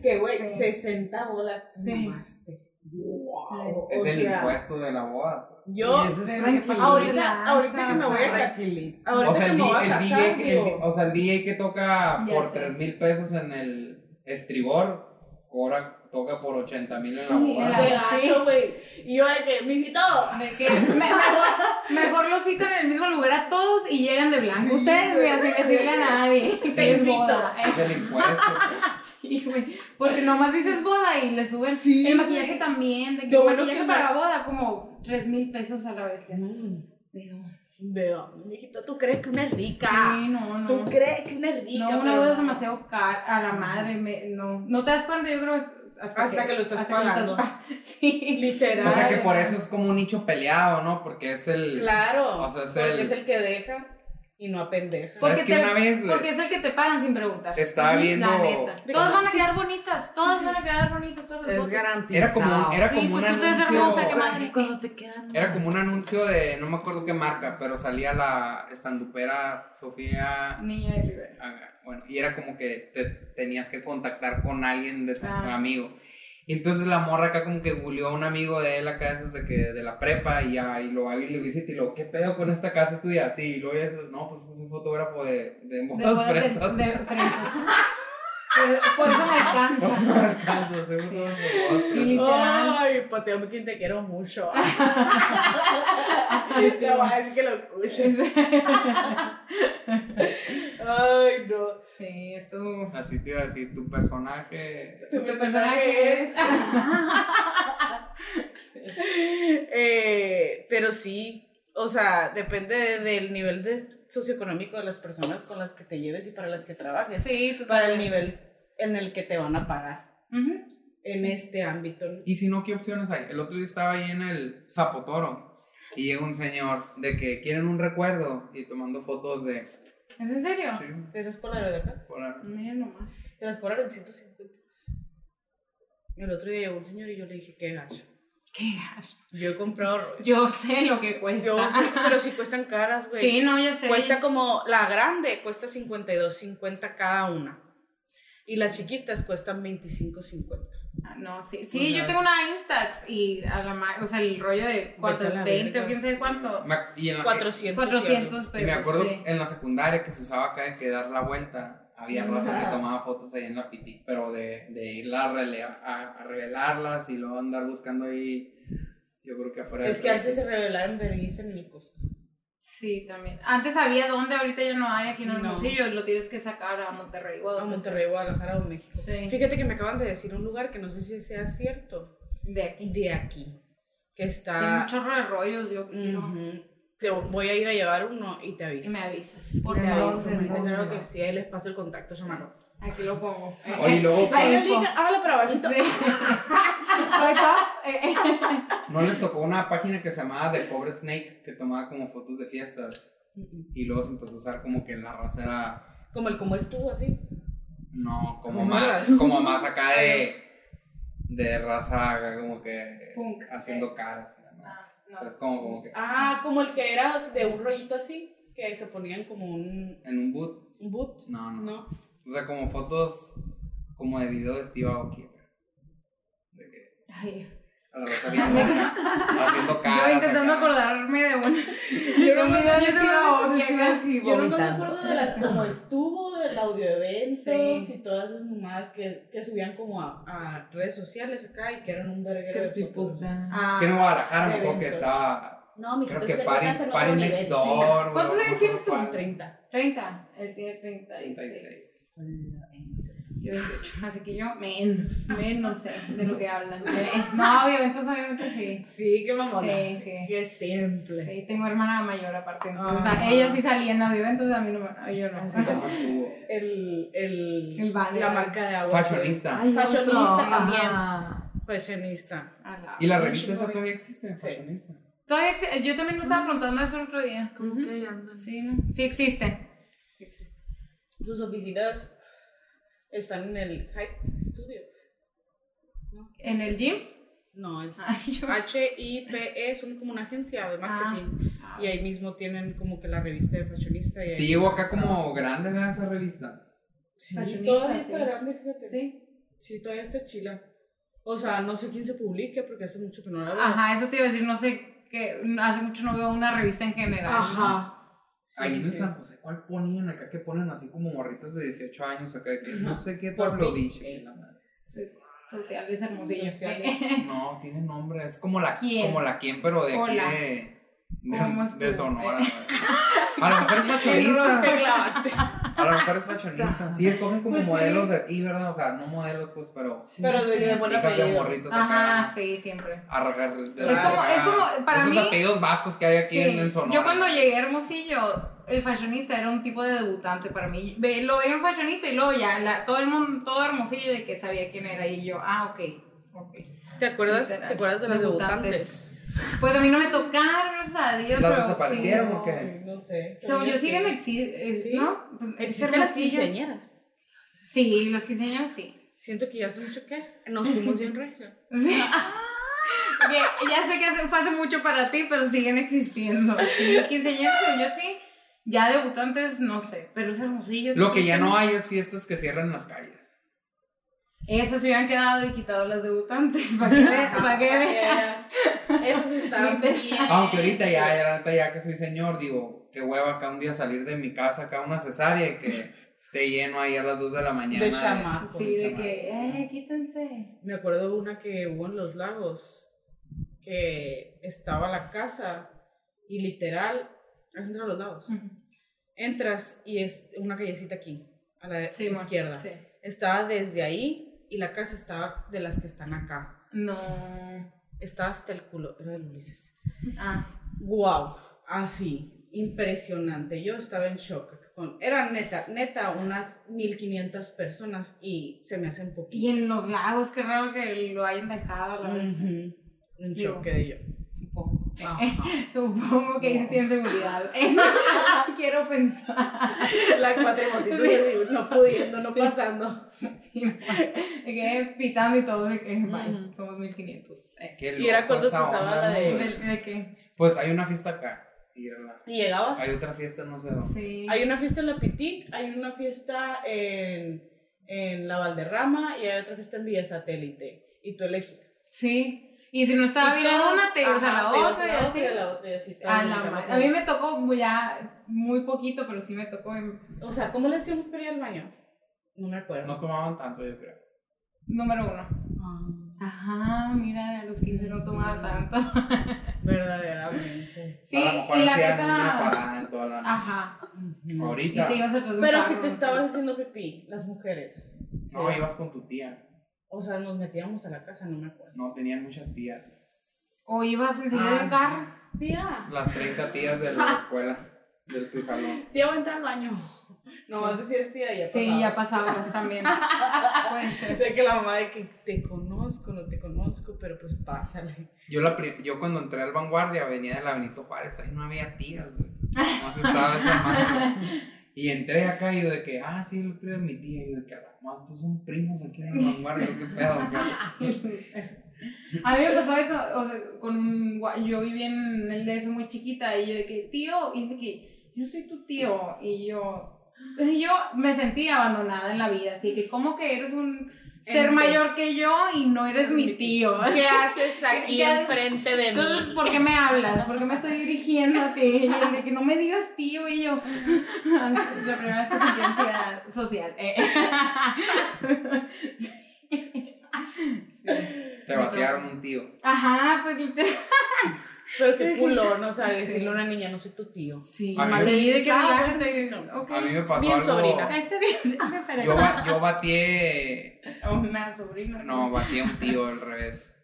Speaker 2: Que güey,
Speaker 1: Sí.
Speaker 2: 60 bolas.
Speaker 1: Sí.
Speaker 2: Mamaste. Wow.
Speaker 3: Es
Speaker 2: o
Speaker 3: el
Speaker 2: sea,
Speaker 3: impuesto de la boda.
Speaker 2: Yo,
Speaker 4: Y eso es
Speaker 1: Pero
Speaker 4: tranquilo.
Speaker 2: Pues ahorita, ahorita que me voy a
Speaker 4: Tranquilito.
Speaker 2: Ahorita
Speaker 3: o sea,
Speaker 2: que
Speaker 3: el,
Speaker 2: me
Speaker 3: di-
Speaker 2: voy a
Speaker 3: el
Speaker 2: casar,
Speaker 3: DJ, que- el
Speaker 2: digo,
Speaker 3: di- o sea, el DJ que toca
Speaker 1: Ya
Speaker 3: por
Speaker 1: sé.
Speaker 3: 3 mil pesos en el estribor, cobra, toca por 80 mil en la
Speaker 1: Sí, en
Speaker 3: boda.
Speaker 1: la-
Speaker 2: de gacho, güey. Y yo de que, mijito,
Speaker 1: De que me- mejor, mejor lo citan en el mismo lugar a todos y llegan de blanco. Ustedes, güey, sin decirle a nadie. Sí, es
Speaker 2: invito.
Speaker 1: boda. eh.
Speaker 3: Es el impuesto.
Speaker 1: Sí, güey. Porque nomás dices boda y le suben.
Speaker 2: Sí,
Speaker 1: el maquillaje
Speaker 2: güey.
Speaker 1: también. De que
Speaker 2: Lo
Speaker 1: el
Speaker 2: bueno
Speaker 1: maquillaje
Speaker 2: que-
Speaker 1: para boda, como 3 mil pesos a la vez.
Speaker 2: Mm.
Speaker 1: Digo,
Speaker 2: de dónde, mijito, tú crees que una es rica.
Speaker 1: Sí, no, no.
Speaker 2: Tú crees que una es rica.
Speaker 1: No, una
Speaker 2: pero
Speaker 1: boda es
Speaker 2: no.
Speaker 1: demasiado cara, a la madre, me- no. No te das cuenta, yo creo, hasta,
Speaker 2: Hasta que lo estás
Speaker 1: hasta que
Speaker 2: pagando.
Speaker 1: pa- sí.
Speaker 2: Literal.
Speaker 3: O sea que por eso es como un nicho peleado, ¿no? Porque es el.
Speaker 2: Claro.
Speaker 3: O sea, es
Speaker 2: porque
Speaker 3: el-
Speaker 2: es el que deja y no apendeja.
Speaker 3: ¿Sabes
Speaker 1: Porque
Speaker 3: qué?
Speaker 1: te-
Speaker 3: Una vez, güey,
Speaker 1: Porque es el que te pagan sin preguntar.
Speaker 3: Estaba
Speaker 1: Ujú,
Speaker 3: viendo-
Speaker 1: La neta.
Speaker 2: De-
Speaker 1: Todas van a
Speaker 2: sí.
Speaker 1: quedar bonitas, todas
Speaker 2: Sí, sí.
Speaker 1: van a quedar bonitas, todas las
Speaker 4: Es
Speaker 1: fotos.
Speaker 4: garantizado.
Speaker 3: era como, un- era
Speaker 1: Sí,
Speaker 3: como un
Speaker 1: pues tú te ves hermosa, qué
Speaker 3: anuncio.
Speaker 1: mal.
Speaker 4: Ay, cuando te quedan.
Speaker 3: Era como un anuncio de. No me acuerdo qué marca, pero salía la estandupera Sofía.
Speaker 1: Niña de Rivera.
Speaker 3: Ah, Bueno, y era como que te tenías que contactar con alguien de tu
Speaker 1: Ah.
Speaker 3: amigo. Y entonces la morra acá como que googleó a un amigo de él acá esos de que de la prepa y ya, y lo va a ir y le visita y lo, ¿qué pedo con esta casa estudia? Sí, y luego eso, no, pues es un fotógrafo de, de
Speaker 1: De
Speaker 3: modas
Speaker 1: bodas de,
Speaker 3: fresas".
Speaker 1: de fresas. Por, por eso me
Speaker 3: No
Speaker 1: encanta.
Speaker 3: se me alcanza, soy un fotógrafo de modas fresas.
Speaker 1: Y- literal.
Speaker 2: Ay, pateo, quien te quiero mucho. te voy a decir que lo escuches. Ay, no.
Speaker 1: Sí, esto.
Speaker 3: Así te iba a decir, tu personaje.
Speaker 2: Tu
Speaker 1: personaje este.
Speaker 2: Eh, pero sí, o sea, depende de- del nivel de socioeconómico de las personas con las que te lleves y para las que trabajes.
Speaker 1: Sí, totalmente.
Speaker 2: Para el nivel en el que te van a pagar
Speaker 1: Ujú.
Speaker 2: en este ámbito.
Speaker 3: Y si no, ¿qué opciones hay? El otro día estaba ahí en el Zapotoro y llega un señor de que quieren un recuerdo y tomando fotos de...
Speaker 1: ¿Es en serio?
Speaker 3: Sí,
Speaker 2: ¿Esas es Polaroid de acá?
Speaker 3: por ahí.
Speaker 1: Mira nomás.
Speaker 2: Te las cobran en 150. El otro día llegó un señor y yo le dije, qué gacho.
Speaker 1: Qué gacho.
Speaker 2: Yo he comprado rollos.
Speaker 1: Yo sé lo que cuesta.
Speaker 2: Yo sí, pero sí cuestan caras, güey.
Speaker 1: Sí, no, ya sé.
Speaker 2: Cuesta como la grande, cuesta 52.50 cada una. Y las chiquitas cuestan 25.50.
Speaker 1: Ah, No, sí, sí,
Speaker 2: Ajá.
Speaker 1: yo tengo una Instax y a la ma- o sea, el rollo de
Speaker 2: Vete a la
Speaker 1: cuántas, 20
Speaker 2: verga.
Speaker 1: o quién sabe cuánto,
Speaker 3: Me ac- y en la-
Speaker 2: 400.
Speaker 1: 400
Speaker 3: y
Speaker 1: pesos.
Speaker 3: me acuerdo
Speaker 1: sí.
Speaker 3: en la secundaria que se usaba acá de que dar la vuelta. Había raza que tomaba fotos ahí en la piti, pero de, de irla a, relea- a- a revelarlas y luego andar buscando ahí, yo creo que afuera.
Speaker 2: Es
Speaker 3: de
Speaker 2: que antes se
Speaker 3: Reyes.
Speaker 2: revelaba en Berguisa en el Costco.
Speaker 1: Sí, también. Antes había dónde, ahorita ya no hay aquí en
Speaker 2: No.
Speaker 1: Hermosillo, lo tienes que sacar a Monterrey o a
Speaker 2: A
Speaker 1: donde sea.
Speaker 2: Monterrey, Guadalajara o México.
Speaker 1: Sí.
Speaker 2: Fíjate que me acaban de decir un lugar que no sé si sea cierto.
Speaker 1: De aquí.
Speaker 2: De aquí. Que
Speaker 1: Tiene
Speaker 2: está.
Speaker 1: un chorro de rollos, yo quiero.
Speaker 2: Ah. Ujú. Te voy a ir a llevar uno y te
Speaker 1: Y
Speaker 2: aviso.
Speaker 1: me avisas, por
Speaker 2: Te
Speaker 4: Ya,
Speaker 1: favor.
Speaker 2: aviso,
Speaker 4: orden,
Speaker 2: Maite,
Speaker 4: orden.
Speaker 2: Claro que sí, ahí les paso el contacto, llamaros.
Speaker 1: Aquí lo pongo.
Speaker 3: Oye, y luego,
Speaker 2: Ahí la
Speaker 1: Info.
Speaker 2: liga, hágala para abajito.
Speaker 3: ¿no les tocó una página que se llamaba The Pobre Snake? Que tomaba como fotos de fiestas. Y luego se empezó a usar como que la raza era,
Speaker 2: Como el como es tú, así.
Speaker 3: no, como
Speaker 2: Como
Speaker 3: más,
Speaker 2: más.
Speaker 3: como más acá de, de raza como que
Speaker 1: Punk.
Speaker 3: haciendo caras. y la madre.
Speaker 1: Ah,
Speaker 3: O sea,
Speaker 1: no.
Speaker 3: Es como, como que
Speaker 2: Ah, como el que era de un rollito así, que se ponían como un,
Speaker 3: en un boot.
Speaker 2: un boot,
Speaker 3: No, no.
Speaker 2: ¿no?
Speaker 3: O sea, como fotos como de video de Steve Aoki. güey. De que
Speaker 1: Ay.
Speaker 3: a la raza viendo- haciendo caras.
Speaker 1: Yo intentando
Speaker 3: acá.
Speaker 1: acordarme de una.
Speaker 2: Yo no me
Speaker 1: También
Speaker 2: yo
Speaker 1: es
Speaker 2: no
Speaker 1: que
Speaker 2: me-
Speaker 1: iba a
Speaker 4: Yo
Speaker 2: Yo no me acuerdo de las como estuvo, del audioeventos
Speaker 1: Sí.
Speaker 2: y todas esas mamadas que, que subían como a, a redes sociales acá y que eran un verguero de Ah, fotos.
Speaker 3: Es que en Guadalajara me acuerdo
Speaker 2: Eventos.
Speaker 3: que
Speaker 2: Pues
Speaker 3: estaba.
Speaker 2: No, mi
Speaker 3: Creo que Party, Party Next Door. güey,
Speaker 2: ¿Cuántos
Speaker 3: no
Speaker 2: años
Speaker 3: sé
Speaker 2: tienes tú?
Speaker 3: cuál.
Speaker 2: 30.
Speaker 1: 30. Ah, Él tiene 36.
Speaker 3: 36.
Speaker 1: Yo 28. Así que yo menos, menos sé de lo que hablan. No, obviamente, obviamente sí.
Speaker 2: Sí, qué mamona.
Speaker 1: Sí, sí.
Speaker 2: Qué simple.
Speaker 1: Sí, tengo hermana mayor aparte. Entonces,
Speaker 2: Ah.
Speaker 1: o sea, ella sí salía en audio, entonces a mí no me. Yo no.
Speaker 2: Así
Speaker 3: ¿Cómo estuvo?
Speaker 2: El, el,
Speaker 1: El banner.
Speaker 2: la marca de agua.
Speaker 3: Fashionista.
Speaker 2: Fashionista también.
Speaker 4: Ah,
Speaker 2: sí. Fashionista.
Speaker 1: A la-
Speaker 3: Y la
Speaker 1: Uy,
Speaker 3: revista esa
Speaker 1: Ah, no,
Speaker 3: todavía existe, Fashionista.
Speaker 1: Todavía exi- Yo también me estaba preguntando eso el otro día.
Speaker 4: ¿Cómo que ahí andan?
Speaker 1: Sí, ¿no? sí existe. Sí existe.
Speaker 2: Sus oficinas están en el Hype Studio. ¿no?
Speaker 1: ¿En el gym?
Speaker 2: No, es
Speaker 1: Ay, yo.
Speaker 2: HIPE, E, es un- como una agencia de marketing.
Speaker 1: Ah.
Speaker 2: Y ahí mismo tienen como que la revista de Fashionista.
Speaker 1: Eh,
Speaker 2: Y ahí-
Speaker 3: Sí, llegó acá como grande ¿verdad? esa revista.
Speaker 2: Sí,
Speaker 1: Fashionista,
Speaker 2: todavía está
Speaker 1: sí.
Speaker 2: grande, fíjate. Sí.
Speaker 1: Sí.
Speaker 2: todavía está chila. O sea, no sé quién se publique porque hace mucho que no la veo.
Speaker 1: Ajá, eso te iba a decir, no sé que hace mucho no veo una revista en general.
Speaker 2: Ajá. Sí,
Speaker 3: Ahí en el
Speaker 2: sí.
Speaker 3: San José, ¿cuál ponían acá? Que ponen así como morritas de 18 años acá, de que no sé qué
Speaker 2: Por
Speaker 3: tablo
Speaker 2: ti.
Speaker 3: dije. la madre.
Speaker 1: Sociales hermosillos.
Speaker 2: Sociales.
Speaker 3: No, tiene nombre, es como la
Speaker 1: ¿Quién?
Speaker 3: como la quien, pero de aquí
Speaker 1: Hola.
Speaker 3: de,
Speaker 1: ¿Cómo
Speaker 3: de,
Speaker 1: estuvo?
Speaker 3: de Sonora. güey. A lo mejor es
Speaker 2: El rostro que
Speaker 3: fashionista.
Speaker 2: clavaste.
Speaker 3: A lo mejor es fashionista. Sí, escogen como
Speaker 1: Pues sí.
Speaker 3: modelos de aquí, ¿verdad? O sea, no modelos, pues, pero
Speaker 2: Pero de, de buen
Speaker 3: hijas de
Speaker 2: apellido.
Speaker 3: morritos acá.
Speaker 1: Ajá, sí, siempre.
Speaker 3: Argar-
Speaker 1: Es como- es como, para
Speaker 3: Esos
Speaker 1: mí-
Speaker 3: apellidos vascos que hay aquí
Speaker 1: Sí.
Speaker 3: en, en Sonora.
Speaker 1: Yo cuando llegué a Hermosillo, el fashionista era un tipo de debutante para mí. Ve- Lo veía en fashionista y luego ya, la- todo el mundo, todo Hermosillo de que sabía quién era y yo, ah, ok. ok.
Speaker 2: ¿Te acuerdas, ¿Te
Speaker 1: Literal.
Speaker 2: acuerdas de las
Speaker 1: Debutantes.
Speaker 2: debutantes?
Speaker 1: Pues a mí no me tocaron, gracias a Dios.
Speaker 3: Las
Speaker 1: pero
Speaker 3: desaparecieron. ¿Vieron o qué?
Speaker 2: Ay, No sé.
Speaker 1: Sí. Según yo,
Speaker 2: Sí.
Speaker 1: siguen existiendo,
Speaker 2: Sí.
Speaker 1: ¿no? Pues,
Speaker 2: Existen las
Speaker 1: Hermosillo.
Speaker 2: quinceañeras.
Speaker 1: Sí, las quinceañeras sí.
Speaker 2: Siento que ya hace mucho que nos fuimos bien regios.
Speaker 1: Sí. Que ya sé que hace, fue hace mucho para ti, pero siguen existiendo. Sí, quinceañeras, según yo sí. Ya debutantes, no sé, pero es hermosillo.
Speaker 3: Lo que ya no hay es fiestas que cierran las calles.
Speaker 1: Esas se hubieran quedado y quitado las debutantes. ¿Para qué? ve- ¿Para qué? ve?
Speaker 2: Eso sí está bien.
Speaker 3: Aunque ahorita ya, ya, la neta, ya que soy señor, digo, qué hueva acá un día salir de mi casa acá a una cesárea y que esté lleno ahí a las 2 de la mañana.
Speaker 2: De chamaco.
Speaker 1: Sí, de que, eh, quítense.
Speaker 2: Me acuerdo una que hubo en Los Lagos, que estaba la casa y literal, has entrado a Los Lagos.
Speaker 1: Mm.
Speaker 2: Entras y es una callecita aquí, a la
Speaker 1: Sí, ma.
Speaker 2: izquierda.
Speaker 1: Sí.
Speaker 2: Estaba desde ahí y la casa estaba de las que están acá.
Speaker 1: No.
Speaker 2: Estaba hasta el culo, era de Ulises.
Speaker 1: Ah,
Speaker 2: wow, así, impresionante. Yo estaba en shock. Con, eran neta, neta, unas 1500 personas y se me hacen
Speaker 1: y
Speaker 2: poquito.
Speaker 1: en los lagos, qué raro que lo hayan dejado, la verdad.
Speaker 2: Ujú, Un
Speaker 1: Digo.
Speaker 2: shock de yo.
Speaker 1: Supongo.
Speaker 2: Ajá.
Speaker 1: Supongo que ellos tienen seguridad. Eso quiero pensar.
Speaker 2: La cuatro motitos de digo, no pudiendo, no pasando.
Speaker 1: Sí, de que "Eh, pitando y todo, de que bye,
Speaker 2: Ujú.
Speaker 1: somos 1500. Eh,
Speaker 3: Qué
Speaker 2: Y era
Speaker 3: loco
Speaker 2: cuando
Speaker 3: esa
Speaker 2: se usaba
Speaker 3: onda,
Speaker 2: la de-
Speaker 3: ¿no, güey?
Speaker 1: ¿De, de qué?
Speaker 3: Pues hay una fiesta acá. y era la-
Speaker 2: Y llegabas.
Speaker 3: Hay otra fiesta, no sé dónde.
Speaker 1: Sí.
Speaker 2: Hay una fiesta en La Pitic, hay una fiesta en, en La Valderrama y hay otra fiesta en Villa Satélite. Y tú elegías.
Speaker 1: Sí. Y si no estaba bien
Speaker 2: todos-
Speaker 1: una, te ibas a
Speaker 2: ajá,
Speaker 1: la
Speaker 2: te ibas
Speaker 1: otra y
Speaker 2: a la otra
Speaker 1: así.
Speaker 2: y a la otra y así. estaba
Speaker 1: A la
Speaker 2: brincando
Speaker 1: madre.
Speaker 2: como-
Speaker 1: Ah, A mí me tocó muy- ya muy poquito, pero sí me tocó. en-
Speaker 2: O sea, ¿cómo le hacíamos para ir al baño? No me acuerdo.
Speaker 3: No tomaban tanto, yo creo.
Speaker 1: Número uno.
Speaker 2: Ah.
Speaker 1: Ajá, mira, a los 15 no tomaba tanto.
Speaker 2: verdaderamente.
Speaker 1: Sí,
Speaker 3: a lo mejor
Speaker 1: y la
Speaker 3: hacían
Speaker 1: neta-
Speaker 3: una parada en toda la noche.
Speaker 1: Ajá. Y
Speaker 3: Ahorita.
Speaker 1: te ibas atrás de un
Speaker 2: Pero
Speaker 1: carro,
Speaker 2: si te
Speaker 1: no sé.
Speaker 2: estabas haciendo pipí, las mujeres.
Speaker 3: No,
Speaker 2: sí.
Speaker 3: ibas con tu tía.
Speaker 2: O sea, nos metíamos a la casa, no me acuerdo.
Speaker 3: No, tenían muchas tías.
Speaker 1: O ibas enseguida
Speaker 2: Ah,
Speaker 1: del carro. Tía.
Speaker 3: Las 30 tías de la escuela, del tu salón.
Speaker 2: Tía, voy a entrar al baño. Nomás decías tía y ya
Speaker 1: Sí, ya
Speaker 2: pasabas.
Speaker 1: pasabas también. Pues, Puede ser.
Speaker 2: De que la mamá de que te conozco, no te conozco, pero pues pásale.
Speaker 3: Yo, la pri- yo cuando entré al Vanguardia venía de la Benito Juárez, ahí no había tías, güey. No se estaba esa madre. güey. Y entré acá y yo de que, ah, sí, el otro día mi tía. Y yo de que, mamá, tú son primos aquí en el Vanguardia, qué pedo, acá.
Speaker 1: A mí me pasó eso, o sea, con un gua- yo viví en el DF muy chiquita y yo de que, tío, y dice que, yo soy tu tío, y yo, y yo me sentí abandonada en la vida, así que, ¿cómo que eres un ser
Speaker 2: Ente.
Speaker 1: mayor que yo y no eres mi tío?
Speaker 2: ¿Qué haces
Speaker 1: aquí
Speaker 2: aquí enfrente
Speaker 1: enfrente
Speaker 2: de mí?
Speaker 1: Entonces, ¿por qué me hablas? ¿Por qué me estoy dirigiendo a ti? Y él de que no me digas tío, y yo, la primera vez que sentí ansiedad social. eh.
Speaker 3: Te batearon un tío.
Speaker 1: Ajá, pues literal.
Speaker 2: Pero qué culón, o sea,
Speaker 1: Sí.
Speaker 2: decirle a una niña, no soy tu tío.
Speaker 1: Sí,
Speaker 3: A mí
Speaker 1: más
Speaker 3: me-
Speaker 1: leí de que
Speaker 2: Ah,
Speaker 1: relájate.
Speaker 2: bueno.
Speaker 1: ok.
Speaker 3: A mí me pasó
Speaker 2: Bien,
Speaker 3: algo.
Speaker 2: sobrina.
Speaker 1: Está bien, me parece.
Speaker 3: Yo, ba- yo bateé.
Speaker 1: A una sobrina.
Speaker 3: No, bateé a un tío al revés.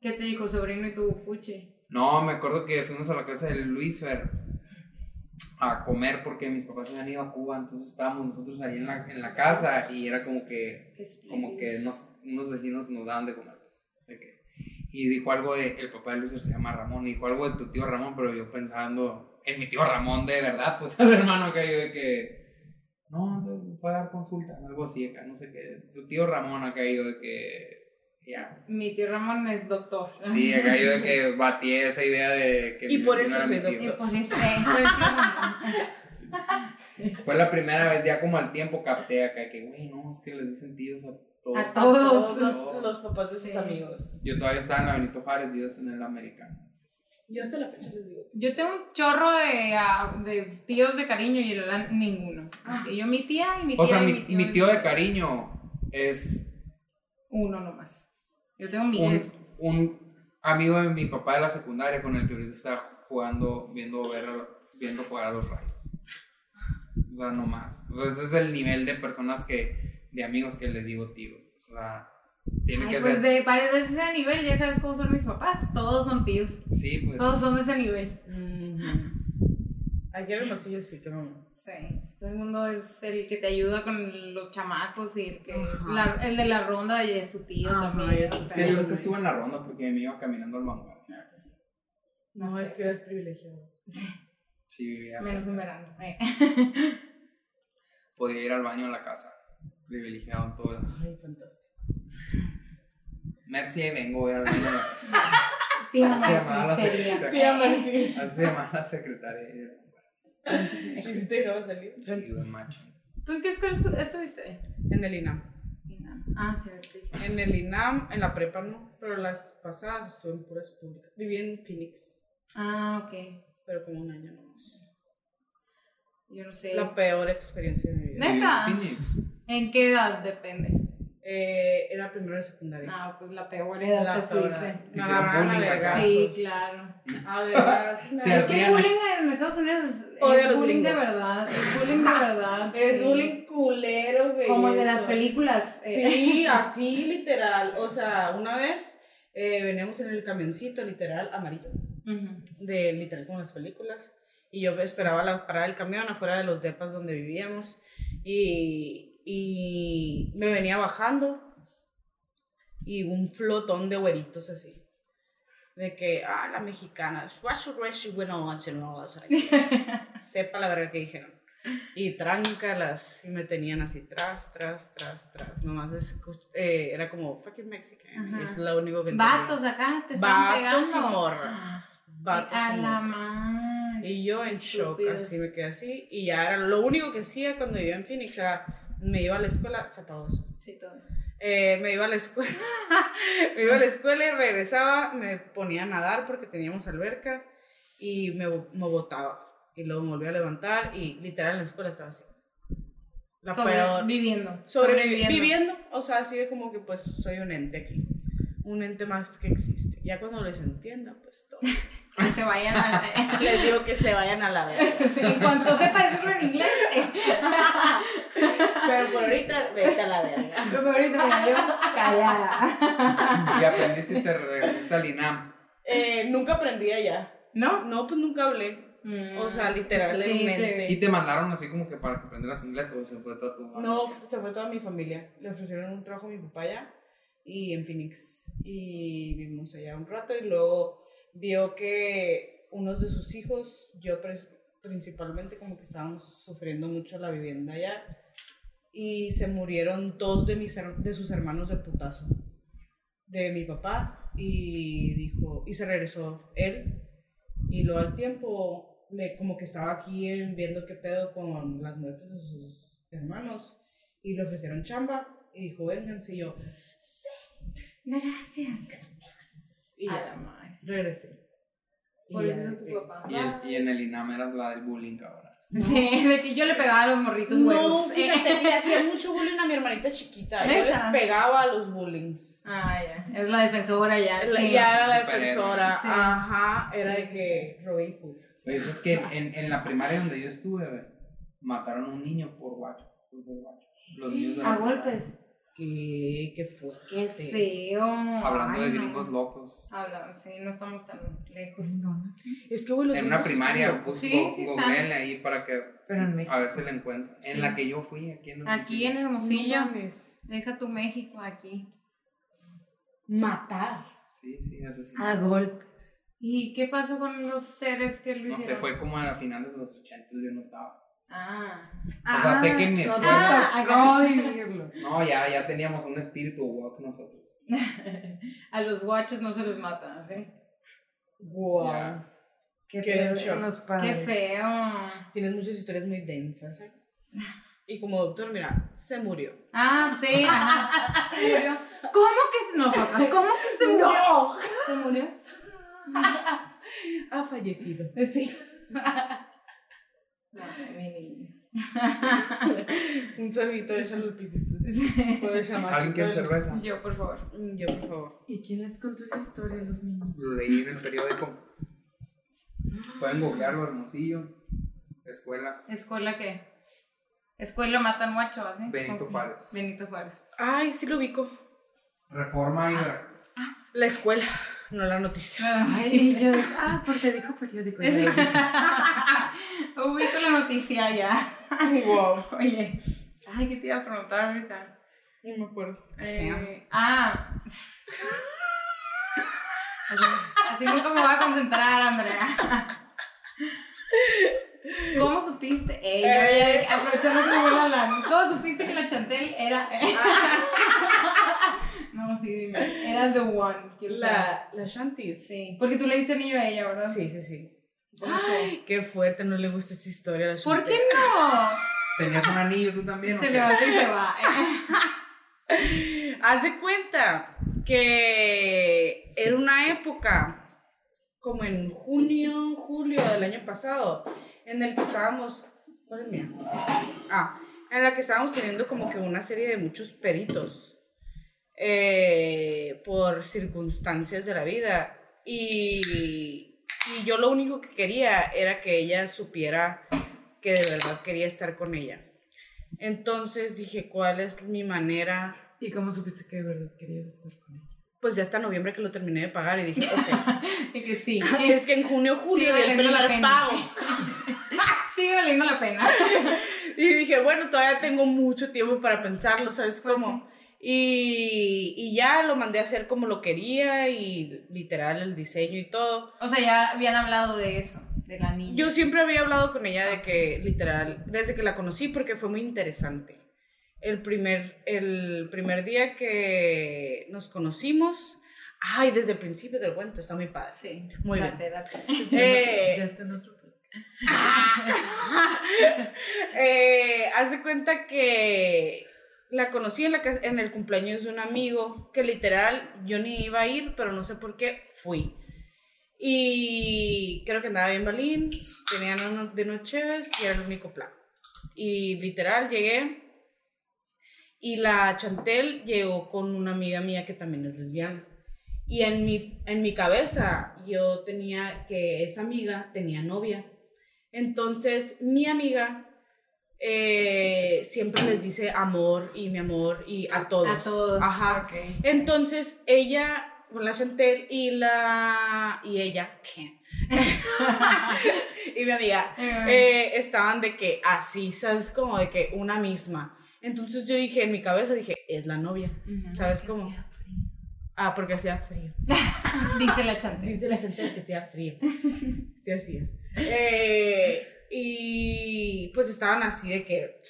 Speaker 1: ¿Qué te dijo sobrino y tu fuche?
Speaker 3: No, me acuerdo que fuimos a la casa de Luis Fer a comer porque mis papás se habían ido a Cuba, entonces estábamos nosotros ahí en la, en la casa y era como que como que nos- unos vecinos nos daban de comer. pues, de que- y dijo algo de, el papá de Lucio se llama Ramón, y dijo algo de tu tío Ramón, pero yo pensando en mi tío Ramón de verdad, pues el hermano que yo de que, no, no, voy a dar consulta, algo así, acá, no sé qué, tu tío Ramón acá yo de que, ya.
Speaker 1: Mi tío Ramón es doctor.
Speaker 3: Sí, acá yo de que batí esa idea de que
Speaker 2: Y
Speaker 3: mi
Speaker 2: por
Speaker 3: vecino
Speaker 2: eso
Speaker 3: era mi
Speaker 2: soy
Speaker 1: Y
Speaker 3: tío.
Speaker 1: por eso soy el tío Ramón.
Speaker 3: Fue la primera vez, ya como al tiempo capté acá, que, güey, no, es que les dicen tíos a todos.
Speaker 1: A
Speaker 2: Todos,
Speaker 1: Todos
Speaker 2: los, los papás de sus
Speaker 1: Sí.
Speaker 2: amigos.
Speaker 3: Yo todavía estaba en la Benito Juárez, Dios en el americano.
Speaker 2: Yo hasta la fecha les digo.
Speaker 1: Yo tengo un chorro de, ah, de tíos de cariño y el Alan, ninguno. Así, yo mi tía y mi tía.
Speaker 3: O sea,
Speaker 1: y
Speaker 3: mi,
Speaker 1: tío,
Speaker 3: mi tío de cariño es
Speaker 1: Uno nomás. Yo tengo
Speaker 3: un,
Speaker 1: miles.
Speaker 3: un amigo de mi papá de la secundaria con el que ahorita está jugando, viendo, ver, viendo jugar a los rayos. O sea, no más. O sea, ese es el nivel de personas que, de amigos que les digo tíos. O sea, tiene
Speaker 1: Ay,
Speaker 3: que
Speaker 1: pues
Speaker 3: ser.
Speaker 1: de varias veces ese nivel, ya sabes cómo son mis papás. Todos son tíos.
Speaker 3: Sí, pues.
Speaker 1: Todos son de ese nivel.
Speaker 2: Aquí en el pasillo sí que no.
Speaker 1: Sí, todo el mundo es el que te ayuda con los chamacos y el que
Speaker 2: Ajá.
Speaker 1: la- el de la ronda y es tu tío
Speaker 2: Ajá,
Speaker 1: también.
Speaker 2: ya
Speaker 1: o
Speaker 2: te-
Speaker 3: Sí, yo
Speaker 1: sea.
Speaker 3: nunca estuve en la ronda porque me iba caminando al mangual.
Speaker 2: No, es que eres privilegiado.
Speaker 3: Sí, vivía
Speaker 1: Menos
Speaker 3: cerca.
Speaker 1: en verano. eh.
Speaker 3: Podía ir al baño a la casa. Privilegiado en todo.
Speaker 2: Ay, fantástico.
Speaker 3: Merci, ahí vengo, voy al baño.
Speaker 1: Tío,
Speaker 3: Así se llamaba la
Speaker 1: sería.
Speaker 3: secretaria.
Speaker 2: Tía Martín.
Speaker 3: Así se llamaba la secretaria.
Speaker 2: ¿Y si te dejaba salir?
Speaker 3: Sí, güey, macho.
Speaker 1: ¿Tú en qué escuela estu- estuviste?
Speaker 2: En el INAM.
Speaker 1: Ah, cierto.
Speaker 2: En el INAM, en la prepa no, pero las pasadas estuve en puras públicas. Viví en Phoenix,
Speaker 1: Ah, ok.
Speaker 2: pero como un año nomás.
Speaker 1: Yo no sé.
Speaker 2: La peor experiencia de mi vida.
Speaker 1: ¿Neta?
Speaker 3: Viví en Phoenix.
Speaker 1: ¿En qué edad depende?
Speaker 2: Eh, era primero de secundaria.
Speaker 1: Ah, pues la peor edad
Speaker 2: La
Speaker 1: te
Speaker 2: peor edad.
Speaker 1: fuiste.
Speaker 3: Te
Speaker 2: Me
Speaker 3: hicieron
Speaker 2: agarraban a
Speaker 3: bullying acá.
Speaker 2: vergazos.
Speaker 1: Sí, claro.
Speaker 2: A vergazos.
Speaker 1: Es
Speaker 2: me
Speaker 3: Te
Speaker 2: agarraban.
Speaker 1: que el
Speaker 3: hacían-
Speaker 1: bullying en Estados Unidos es,
Speaker 2: Odio a
Speaker 1: es
Speaker 2: los
Speaker 1: bullying de
Speaker 2: gringos.
Speaker 1: verdad. Es bullying de verdad.
Speaker 2: Es
Speaker 1: sí.
Speaker 2: bullying culero, güey.
Speaker 1: Como el de las
Speaker 2: eso.
Speaker 1: películas. eh.
Speaker 2: Sí, así literal. O sea, una vez eh, veníamos en el camioncito literal amarillo,
Speaker 1: Ujú.
Speaker 2: de literal como las películas. Y yo esperaba la parada del camión afuera de los depas donde vivíamos. Y, y me venía bajando. Y un flotón de güeritos así. De que, ah, la mexicana. "Shuashu, reshu, bueno, once, no, o sea, que Sepa la verdad que dijeron. Y tráncalas. Y me tenían así, tras, tras, tras, tras. Nomás es- eh, era como, fucking Mexican.
Speaker 1: Ajá.
Speaker 2: Es lo único que entendía.
Speaker 1: Vatos acá te están
Speaker 2: Vatos
Speaker 1: pegando.
Speaker 2: y morras.
Speaker 1: Ah.
Speaker 2: Vatos y
Speaker 1: a la
Speaker 2: morras.
Speaker 1: madre.
Speaker 2: Y yo en
Speaker 1: Estúpido.
Speaker 2: shock, así me quedé así. Y ya era lo único que hacía cuando vivía en Phoenix era, me iba a la escuela, se apagó eso.
Speaker 1: Sí, todo.
Speaker 2: Eh, me iba a la escuela, me iba a la escuela y regresaba, me ponía a nadar porque teníamos alberca y me, me botaba. Y luego me volví a levantar y literal en la escuela estaba así. La peor.
Speaker 1: Sobreviviendo.
Speaker 2: Sobreviviendo. Viviendo, o sea, así de como que pues soy un ente aquí. un ente más que existe. Ya cuando les entienda, pues todo.
Speaker 1: Que se vayan a...
Speaker 2: les digo que se vayan a la verga.
Speaker 1: Sí, en cuanto sepa decirlo en inglés, eh,
Speaker 2: Pero por ahorita, vete a la verga.
Speaker 1: lo peor es que me yo callada.
Speaker 3: Y aprendiste y te regresaste al INAM.
Speaker 2: Eh, nunca aprendí allá.
Speaker 1: ¿No?
Speaker 2: No, pues nunca hablé.
Speaker 1: Mm.
Speaker 2: O sea, literalmente.
Speaker 3: Y te mandaron así como que para que aprendieras inglés o se fue todo tu
Speaker 2: No, se fue toda mi familia. Le ofrecieron un trabajo a mi papá allá y en Phoenix. Y vivimos allá un rato y luego vio que unos de sus hijos, yo pres- principalmente como que estábamos sufriendo mucho la vivienda allá y se murieron dos de, mis, her- de sus hermanos de putazo de mi papá y dijo y se regresó él y luego al tiempo le, como que estaba aquí en- viendo qué pedo con las muertes de sus hermanos y le ofrecieron chamba y dijo vénganse y yo sí
Speaker 1: Gracias.
Speaker 2: y
Speaker 1: A
Speaker 2: ya,
Speaker 1: la madre.
Speaker 2: regresé Y
Speaker 1: Ah. Por
Speaker 2: ya
Speaker 1: eso
Speaker 2: de
Speaker 1: tu
Speaker 2: que-
Speaker 1: papá.
Speaker 3: Y, el- y en el INAM eras la del bullying ahora.
Speaker 2: No.
Speaker 1: Sí, de que yo le pegaba a los morritos
Speaker 2: no,
Speaker 1: huevos. Eh,
Speaker 2: fíjate, le hacía mucho bullying a mi hermanita chiquita. Yo les
Speaker 1: ¿Neta?
Speaker 2: pegaba a los bullying.
Speaker 1: Ah, ya. Es la defensora ya.
Speaker 2: La-
Speaker 1: sí.
Speaker 2: ya era la
Speaker 3: superhéroe.
Speaker 2: defensora.
Speaker 1: Sí.
Speaker 2: Ajá, era
Speaker 1: Sí.
Speaker 2: de que Robin Hood.
Speaker 3: Oye, Pues eso es que en, en la primaria donde yo estuve, güey, mataron a un niño por guacho. por ser guacho. Los niños de la
Speaker 1: A
Speaker 3: primaria.
Speaker 1: golpes.
Speaker 2: Qué, qué fuerte.
Speaker 1: Qué feo.
Speaker 3: Hablando
Speaker 1: Ay,
Speaker 3: de
Speaker 1: no.
Speaker 3: gringos locos.
Speaker 1: Hablamos, sí, no estamos tan lejos.
Speaker 2: Es que, güey, los
Speaker 3: En una
Speaker 2: niños
Speaker 3: primaria,
Speaker 2: están locos.
Speaker 3: pues,
Speaker 1: Sí,
Speaker 3: go-
Speaker 1: sí están.
Speaker 3: googleenle ahí para que
Speaker 4: Pero en México.
Speaker 3: a ver si la encuentro.
Speaker 1: Sí.
Speaker 3: En la que yo fui, aquí en
Speaker 1: Aquí en
Speaker 2: No
Speaker 1: Hermosillo.
Speaker 2: mames.
Speaker 1: Deja tu México aquí.
Speaker 2: Matar.
Speaker 3: Sí, sí, asesino.
Speaker 1: Ah,
Speaker 4: A golpe.
Speaker 1: ¿Y qué pasó con los seres que lo
Speaker 3: No sé,
Speaker 1: hicieron?
Speaker 3: fue como a finales de los 80, yo no estaba.
Speaker 1: Ah.
Speaker 3: O sea, sé que en mi
Speaker 2: No,
Speaker 3: escuela.
Speaker 1: Ah,
Speaker 2: no,
Speaker 1: acá.
Speaker 2: no vivirlo.
Speaker 3: No, ya, ya teníamos un espíritu igual que nosotros.
Speaker 1: Ah. A los guachos no se los mata, ¿sí?
Speaker 2: Wow.
Speaker 3: Ya.
Speaker 4: Qué,
Speaker 2: Qué
Speaker 4: feo
Speaker 2: shock.
Speaker 4: con los
Speaker 1: Qué
Speaker 4: padres.
Speaker 1: feo.
Speaker 2: Tienes muchas historias muy densas. ¿eh? Y como doctor, mira, se murió.
Speaker 1: Ah, sí, ajá. Se murió. ¿Cómo que nosotras? ¿Cómo que se murió? ¿Se murió? Eh,
Speaker 2: Ha fallecido.
Speaker 1: Sí. No, mi niño.
Speaker 2: Un sorbito de chalupizitos. Puedes llamar.
Speaker 1: Ah,
Speaker 2: Mm,
Speaker 3: ¿Alguien quiere cerveza?
Speaker 1: Yo, por favor.
Speaker 2: Yo, por favor.
Speaker 4: ¿Y quién les contó esa historia, los niños?
Speaker 3: Lo leí en el periódico. Pueden googlearlo, Hermosillo. Escuela.
Speaker 1: ¿Escuela qué? Escuela matan guacho, ¿así?
Speaker 3: Benito
Speaker 1: Ok.
Speaker 3: Juárez.
Speaker 1: Benito Juárez.
Speaker 2: Ay, sí lo ubico.
Speaker 3: Reforma y... Ver-
Speaker 2: La escuela, no la noticia.
Speaker 1: Bueno,
Speaker 4: Ay,
Speaker 1: sí.
Speaker 4: y yo, ah, porque dijo periódico.
Speaker 1: Es-
Speaker 4: yo dije,
Speaker 1: Ubico la noticia ya.
Speaker 2: Wow.
Speaker 1: Oye, ay, ¿qué te iba a preguntar ahorita?
Speaker 2: No me acuerdo.
Speaker 1: Eh, ah. Así, así nunca me voy a concentrar, Andrea. ¿Cómo supiste? Ey,
Speaker 2: Eh.
Speaker 1: oye, aprovechando que me la lana. ¿Cómo supiste que la Chantel era.? no, sí, dime. Era the one. quiero saber.
Speaker 2: La, la Shantis.
Speaker 1: Sí. Porque tú le diste anillo a ella, ¿verdad?
Speaker 2: Sí, sí, sí.
Speaker 1: ¿Cómo estuvo?
Speaker 2: Qué fuerte, no le gusta esta historia a la
Speaker 1: ¿Por
Speaker 2: Shanti.
Speaker 1: qué no?
Speaker 3: ¿Tenías un anillo tú también? o
Speaker 1: Se
Speaker 3: qué?
Speaker 1: levanta y se va.
Speaker 2: Haz de cuenta que era una época, como en junio, julio del año pasado, en el que estábamos. ¿Cuál es mía? Ah, en la que estábamos teniendo como que una serie de muchos peditos eh, por circunstancias de la vida. Y, y yo lo único que quería era que ella supiera que de verdad quería estar con ella. Entonces dije, ¿cuál es mi manera
Speaker 4: ¿Y cómo supiste que de verdad querías estar con él?
Speaker 2: pues ya hasta noviembre que lo terminé de pagar y dije, ok,
Speaker 1: Y que sí.
Speaker 2: es que en junio,
Speaker 1: Sí,
Speaker 2: julio di el
Speaker 1: valiendo la
Speaker 2: primer
Speaker 1: pena.
Speaker 2: pago.
Speaker 1: Sigue valiendo la pena.
Speaker 2: Y dije, bueno, todavía tengo mucho tiempo para pensarlo, ¿sabes
Speaker 1: Pues
Speaker 2: cómo? Y, y ya lo mandé a hacer como lo quería y literal el diseño y todo.
Speaker 1: O sea, ya habían hablado de eso, del anillo.
Speaker 2: Yo siempre había hablado con ella de que literal, desde que la conocí, porque fue muy interesante. El primer, el primer día que nos conocimos, ay, desde el principio del cuento, está muy padre.
Speaker 1: Sí,
Speaker 2: Muy
Speaker 1: date,
Speaker 2: bien.
Speaker 1: date.
Speaker 2: Eh,
Speaker 4: Ya está en otro podcast.
Speaker 2: eh, hace cuenta que la conocí en, la ca- en el cumpleaños de un amigo que literal yo ni iba a ir, pero no sé por qué fui. Y creo que andaba bien balín, tenían unos de unos chéves y era el único plan. Y literal llegué y la Chantel llegó con una amiga mía que también es lesbiana. Y en mi, en mi cabeza yo tenía que esa amiga tenía novia. Entonces mi amiga eh, siempre les dice amor y mi amor y a todos.
Speaker 1: A todos.
Speaker 2: Ajá.
Speaker 1: ok.
Speaker 2: Entonces ella, con la Chantel y la... y ella, ¿qué? y mi amiga,
Speaker 1: Eh,
Speaker 2: eh, estaban de que así, ¿sabes? Como de que una misma. Entonces yo dije, en mi cabeza dije, es la novia.
Speaker 1: ujú.
Speaker 2: ¿Sabes cómo? Ah, porque hacía frío.
Speaker 1: Dice la chante.
Speaker 2: Dice la gente que hacía frío. Sí hacía. Eh, y pues estaban así de que...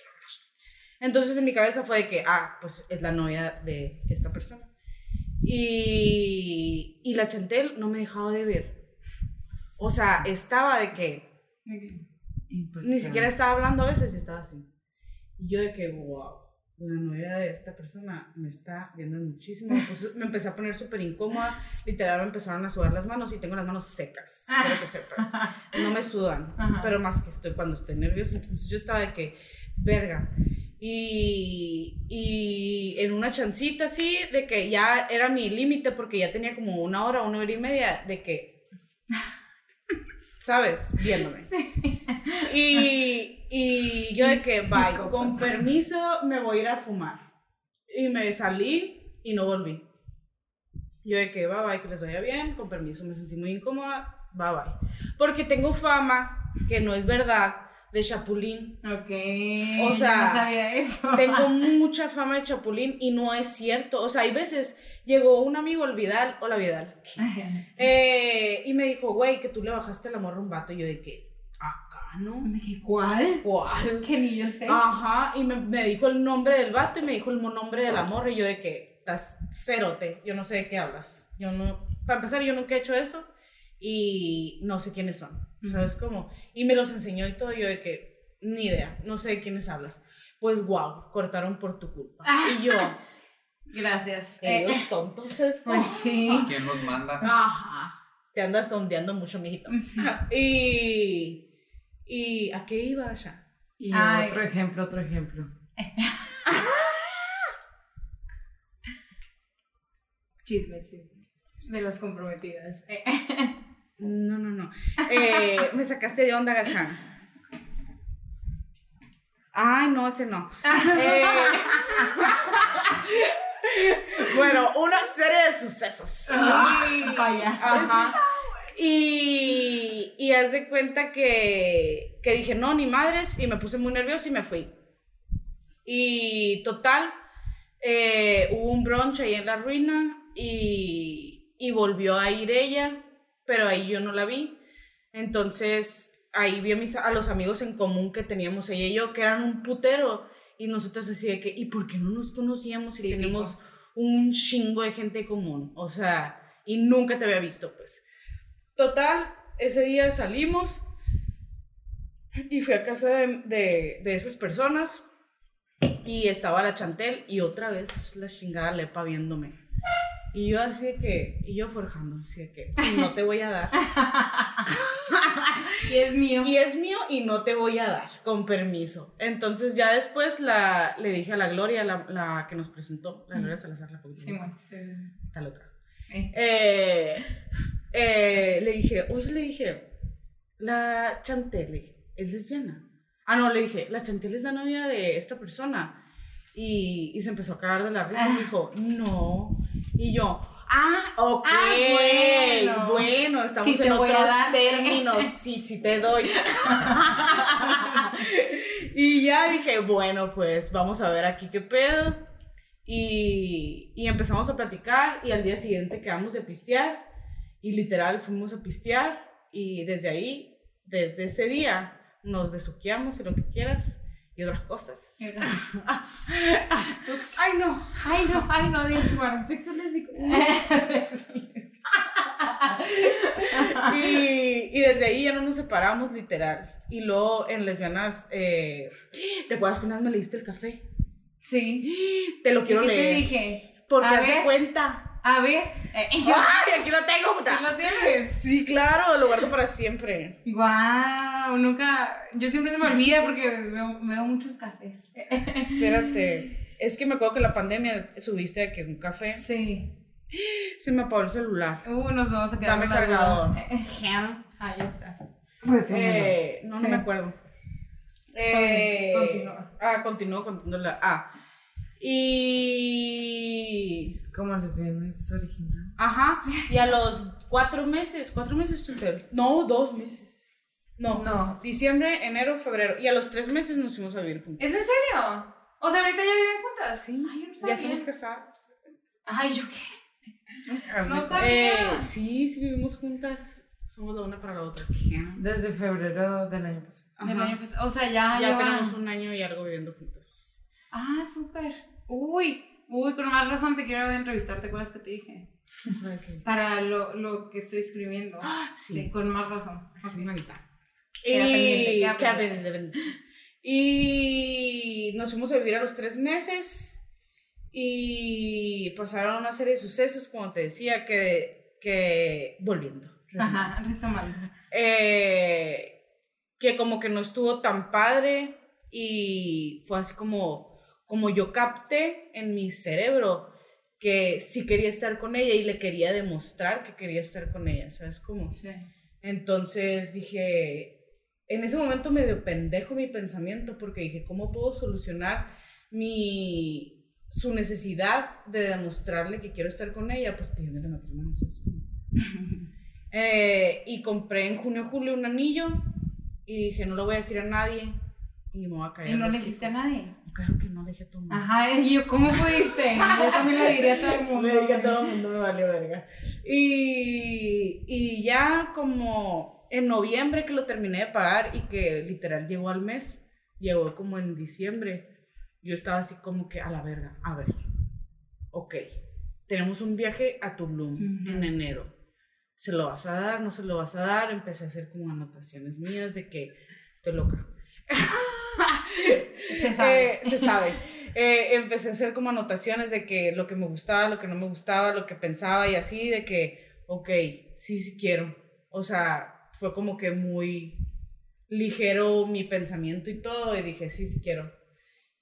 Speaker 2: Entonces en mi cabeza fue de que, ah, pues es la novia de esta persona. Y, y la Chantel no me dejaba de ver. O sea, estaba de que ni siquiera estaba hablando a veces y estaba así. Y yo de que, wow, la novia de esta persona me está viendo muchísimo. Me, puse- me empecé a poner súper incómoda. Literal, me empezaron a sudar las manos y tengo las manos secas. Quiero que sepas. No me sudan,
Speaker 1: Ajá.
Speaker 2: pero más que estoy cuando estoy nerviosa. Entonces yo estaba de que, verga. Y, y en una chancita así, de que ya era mi límite, porque ya tenía como una hora, una hora y media, de que, ¿sabes? Viéndome. Y, y yo de que, bye,
Speaker 1: Psicópata.
Speaker 2: con permiso me voy a ir a fumar. Y me salí y no volví. Yo de que, bye, bye, que les vaya bien, con permiso, me sentí muy incómoda, bye, bye. Porque tengo fama, que no es verdad, de chapulín.
Speaker 1: Ok.
Speaker 2: O sea,
Speaker 1: yo no sabía eso.
Speaker 2: Tengo mucha fama de chapulín y no es cierto. O sea, hay veces llegó un amigo, el Vidal, hola Vidal, eh, y me dijo, güey, que tú le bajaste el amor a un vato. Y yo de que, acá no.
Speaker 1: Dije, ¿cuál?
Speaker 2: ¿Cuál?
Speaker 1: Que ni yo sé.
Speaker 2: Ajá, y me, me dijo el nombre del vato y me dijo el mo- nombre de la morra y yo de que, estás cerote, yo no sé de qué hablas. Yo no, para empezar, yo nunca he hecho eso y no sé quiénes son, ¿sabes cómo? Y me los enseñó y todo, y yo de que, ni idea, no sé de quiénes hablas. Pues, wow, cortaron por tu culpa. Y yo,
Speaker 1: Gracias. Ah. Eh,
Speaker 2: ellos tontos es como...
Speaker 1: pues sí.
Speaker 3: ¿Quién los manda?
Speaker 2: Ajá, te andas sondeando mucho, mijito. Y, y, ¿a qué iba allá?
Speaker 4: Y
Speaker 1: Ay.
Speaker 4: otro ejemplo, otro ejemplo.
Speaker 1: Chisme, chisme. De las comprometidas. Eh,
Speaker 2: No, no, no. Eh, me sacaste de onda, Gachán. Ay, no, ese no. Eh, bueno, una serie de sucesos.
Speaker 1: Vaya.
Speaker 2: Ajá. Y, y haz de cuenta que, que dije, no, ni madres, y me puse muy nerviosa y me fui. Y total, eh, hubo un brunch ahí en la ruina y, y volvió a ir ella, pero ahí yo no la vi. Entonces ahí vi a, mis, a los amigos en común que teníamos ella y yo, que eran un putero. Y nosotros así de que, ¿y por qué no nos conocíamos si
Speaker 1: Típico.
Speaker 2: tenemos un chingo de gente común? O sea, y nunca te había visto, pues. Total, ese día salimos y fui a casa de, de- de esas personas y estaba la Chantel y otra vez la chingada lepa viéndome. Y yo así de que, y yo forjando, así de que, no te voy a dar.
Speaker 1: Y es mío.
Speaker 2: Y es mío y no te voy a dar, con permiso. Entonces ya después la, le dije a la Gloria, la, la que nos presentó, la Gloria Salazar, la poquita
Speaker 1: Sí, bueno, sí,
Speaker 2: está loca.
Speaker 1: sí.
Speaker 2: Eh, eh, le dije, hoy le dije, la Chantelle es lesbiana. Ah, no, le dije, la Chantelle es la novia de esta persona. Y, y se empezó a cagar de la risa y me dijo, no. Y yo, ah, ok.
Speaker 1: Ah, bueno.
Speaker 2: bueno. estamos
Speaker 1: Sí te
Speaker 2: en
Speaker 1: voy a
Speaker 2: otros
Speaker 1: dar.
Speaker 2: términos. Sí, sí te doy. y ya dije, bueno, pues vamos a ver aquí qué pedo. Y, y empezamos a platicar y al día siguiente quedamos de pistear y literal fuimos a pistear y desde ahí, desde ese día, nos besuqueamos y lo que quieras y otras cosas.
Speaker 1: Ups.
Speaker 2: Ay, no.
Speaker 1: Ay, no, ay, no, de tu guarda, sexo lésbico.
Speaker 2: Y, y desde ahí ya no nos separamos literal. Y luego en lesbianas, eh, ¿te acuerdas que una vez me leíste el café?
Speaker 1: Sí.
Speaker 2: Te lo
Speaker 1: ¿Y qué
Speaker 2: quiero
Speaker 1: te
Speaker 2: leer.
Speaker 1: dije?
Speaker 2: Porque
Speaker 1: A
Speaker 2: haz de
Speaker 1: ver.
Speaker 2: cuenta.
Speaker 1: A ver, eh, yo,
Speaker 2: ¡Ay, aquí lo tengo, puta!
Speaker 1: ¿sí lo tienes?
Speaker 2: Sí, claro, lo guardo para siempre.
Speaker 1: Wow, nunca, yo siempre se me olvida porque veo, veo muchos cafés.
Speaker 2: Espérate. Es que me acuerdo que en la pandemia subiste de que un café
Speaker 1: Sí.
Speaker 2: Se me apagó el celular.
Speaker 1: Uh, nos vamos a quedar
Speaker 2: Dame
Speaker 1: con la duda.
Speaker 2: cargador.
Speaker 1: Eh, eh, Ahí está.
Speaker 4: Pues
Speaker 2: Eh, no, no
Speaker 1: Sí.
Speaker 2: me acuerdo. Eh,
Speaker 1: Continúa.
Speaker 2: Ah, continúo contando la. Ah. Y.
Speaker 4: Como lesbiana es original.
Speaker 2: Ajá. Y a los cuatro meses, cuatro meses, Chantel? No, dos meses. No.
Speaker 4: No.
Speaker 2: Diciembre, enero, febrero. Y a los tres meses nos fuimos a vivir juntos.
Speaker 1: ¿Es en serio? O sea, ahorita ya viven juntas.
Speaker 2: Sí.
Speaker 1: Ay, yo no
Speaker 2: Ya
Speaker 1: sabía.
Speaker 2: estamos casados.
Speaker 1: Ay, yo qué. No
Speaker 4: Hablé-
Speaker 1: sabía.
Speaker 2: Eh, sí, sí vivimos juntas. Somos la una para la otra.
Speaker 4: Desde febrero del año pasado.
Speaker 1: Del
Speaker 2: Ajá.
Speaker 1: año pas- O sea, Ah, ya,
Speaker 2: Ya
Speaker 1: llevan-
Speaker 2: tenemos un año y algo viviendo juntas.
Speaker 1: Ah, súper. Uy, uy, con más razón te quiero entrevistar, ¿te acuerdas que te dije? Para lo, lo que estoy escribiendo. Ah, Sí, con más razón.
Speaker 2: Sí, una guitarra.
Speaker 1: Queda pendiente,
Speaker 2: Y,
Speaker 1: queda
Speaker 2: queda
Speaker 1: pendiente.
Speaker 2: pendiente, pendiente. Y nos fuimos a vivir a los tres meses y pasaron una serie de sucesos, como te decía, que, que volviendo.
Speaker 1: Ajá, retomando.
Speaker 2: eh, que como que no estuvo tan padre y fue así como, como yo capté en mi cerebro que sí quería estar con ella y le quería demostrar que quería estar con ella, ¿sabes? Como...
Speaker 1: Sí.
Speaker 2: Entonces dije, en ese momento medio pendejo mi pensamiento porque dije, ¿cómo puedo solucionar mi, su necesidad de demostrarle que quiero estar con ella? Pues pidiéndole matrimonio. ¿sabes cómo? Eh, y compré en junio julio un anillo y dije, no lo voy a decir a nadie y me voy a caer.
Speaker 1: Y no
Speaker 2: el
Speaker 1: le
Speaker 2: hocico.
Speaker 1: dijiste a nadie.
Speaker 2: Claro que no le dije a tu mamá.
Speaker 1: Ajá, y yo, ¿cómo pudiste? Yo también le diría a todo el mundo.
Speaker 2: Le dije a todo el mundo, me valió verga. Y, y ya como en noviembre que lo terminé de pagar y que literal llegó al mes, llegó como en diciembre, yo estaba así como que a la verga, a ver, ok, tenemos un viaje a Tulum
Speaker 1: Ujú.
Speaker 2: en enero, ¿se lo vas a dar, no se lo vas a dar? Empecé a hacer como anotaciones mías de que estoy loca.
Speaker 1: Se sabe.
Speaker 2: Eh, se sabe. Eh, empecé a hacer como anotaciones de que lo que me gustaba, lo que no me gustaba, lo que pensaba y así, de que, ok, sí, sí quiero. O sea, fue como que muy ligero mi pensamiento y todo, y dije, sí, sí quiero.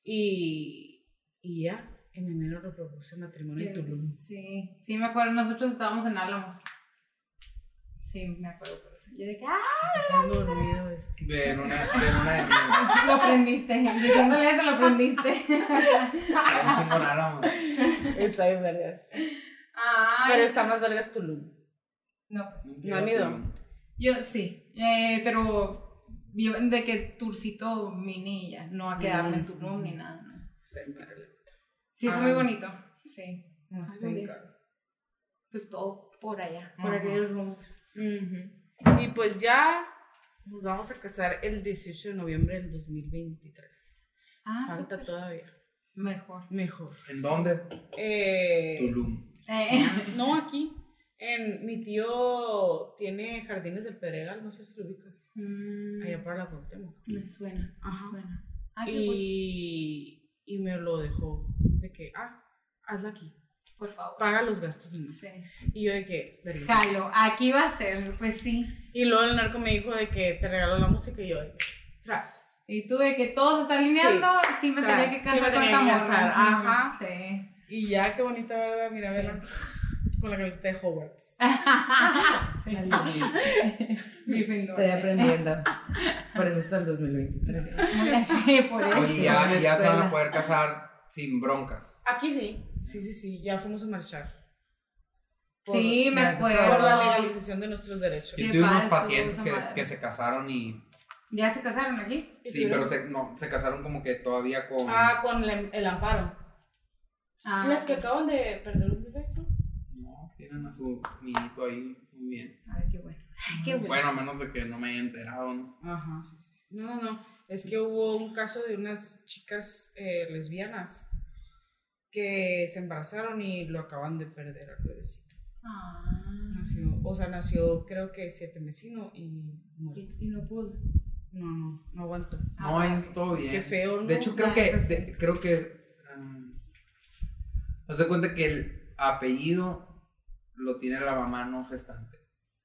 Speaker 2: Y, y ya, en enero lo propuse matrimonio en Tulum.
Speaker 1: Sí, sí, me acuerdo. Nosotros estábamos en Álamos. Sí, me acuerdo. por eso. Yo de que, ¡ah!
Speaker 4: dormido este.
Speaker 3: De luna, de luna de miel.
Speaker 1: Lo aprendiste. Diciéndole eso, lo aprendiste.
Speaker 3: Está un chingo raro, güey.
Speaker 2: Está bien, vergas.
Speaker 1: Ay,
Speaker 2: Pero está más vergas Tulum.
Speaker 1: No, pues.
Speaker 2: No han ido.
Speaker 1: Yo sí, eh, pero yo- de que turcito mini y ya, no a quedarme en Tulum ni nada. ¿no?
Speaker 2: Está bien, vergas.
Speaker 1: Sí, es
Speaker 2: Ah.
Speaker 1: muy bonito. Ah, Sí,
Speaker 2: No, está bien caro.
Speaker 1: pues todo por allá, por
Speaker 2: Ajá.
Speaker 1: aquellos rumbos.
Speaker 2: Ujú. Y pues ya nos vamos a casar el 18 de noviembre del 2023.
Speaker 1: Ah,
Speaker 2: Falta
Speaker 1: súper.
Speaker 2: todavía.
Speaker 1: Mejor.
Speaker 2: Mejor.
Speaker 3: ¿En dónde?
Speaker 2: Eh,
Speaker 3: Tulum.
Speaker 1: Eh,
Speaker 2: no aquí. En, mi tío tiene jardines del Pedregal, no sé si lo ubicas.
Speaker 1: mm,
Speaker 2: Allá para la Cuauhtémoc.
Speaker 1: me suena,
Speaker 2: Ajá.
Speaker 1: me suena. Ay, qué bueno.
Speaker 2: Y, y me lo dejó de que, ah, hazla aquí.
Speaker 1: por favor.
Speaker 2: Paga los gastos. ¿no?
Speaker 1: Sí.
Speaker 2: Y yo de que, "Verga".
Speaker 1: Jalo, aquí va a ser, pues sí.
Speaker 2: Y luego el narco me dijo de que te regaló la música y yo de que, tras.
Speaker 1: Y tú de que todo se está alineando, sí, me
Speaker 2: Claro,
Speaker 1: tenía que
Speaker 2: sí
Speaker 1: casar
Speaker 2: me
Speaker 1: con
Speaker 2: tenía
Speaker 1: esta
Speaker 2: que
Speaker 1: morra.
Speaker 2: casar,
Speaker 1: sí,
Speaker 2: ajá.
Speaker 1: Sí.
Speaker 2: Y ya, qué bonita, ¿verdad? Mira,
Speaker 1: Sí.
Speaker 2: vela. Con la camiseta de Hogwarts.
Speaker 1: Gryffindor.
Speaker 4: Estoy aprendiendo. Por eso está el 2023.
Speaker 1: Sí, por eso.
Speaker 3: Oye, ya, ya se van a poder casar sin broncas.
Speaker 2: Aquí sí. Sí, sí, sí. Ya fuimos a marchar.
Speaker 1: Sí, me
Speaker 4: Gracias por
Speaker 2: Por la
Speaker 1: acuerdo.
Speaker 2: legalización de nuestros derechos.
Speaker 1: Sí.
Speaker 3: Y
Speaker 1: Qué
Speaker 3: tuve unos
Speaker 1: padre,
Speaker 3: pacientes
Speaker 1: estuvo
Speaker 3: que,
Speaker 1: esa madre.
Speaker 3: que se casaron y.
Speaker 1: ¿Ya se casaron aquí?
Speaker 2: Y
Speaker 3: Sí, pero
Speaker 2: tuvieron-
Speaker 3: se, no, se casaron como que todavía con.
Speaker 2: Ah, con la- el amparo.
Speaker 1: Ah,
Speaker 2: Las que acaban de perder un bebé, ¿sí?
Speaker 3: No, tienen a su niñito ahí. Muy bien.
Speaker 1: Ay, qué bueno. Qué bueno.
Speaker 3: Bueno, a menos de que no me haya enterado, ¿no?
Speaker 2: Ajá, sí, sí, sí. No, no, no. Es que hubo un caso de unas chicas eh, lesbianas que se embarazaron y lo acaban de perder al bebecito.
Speaker 1: Ah,
Speaker 2: Nació, o sea, nació creo que siete mesino y murió.
Speaker 1: y, y no pudo.
Speaker 2: No, no, no aguanto.
Speaker 3: No, ahí estuvo bien.
Speaker 2: Qué feo, ¿no?
Speaker 3: De hecho, creo
Speaker 1: Ah,
Speaker 3: que.
Speaker 1: eso sí.
Speaker 3: de- creo que. um, haz de cuenta que el apellido lo tiene la mamá no gestante.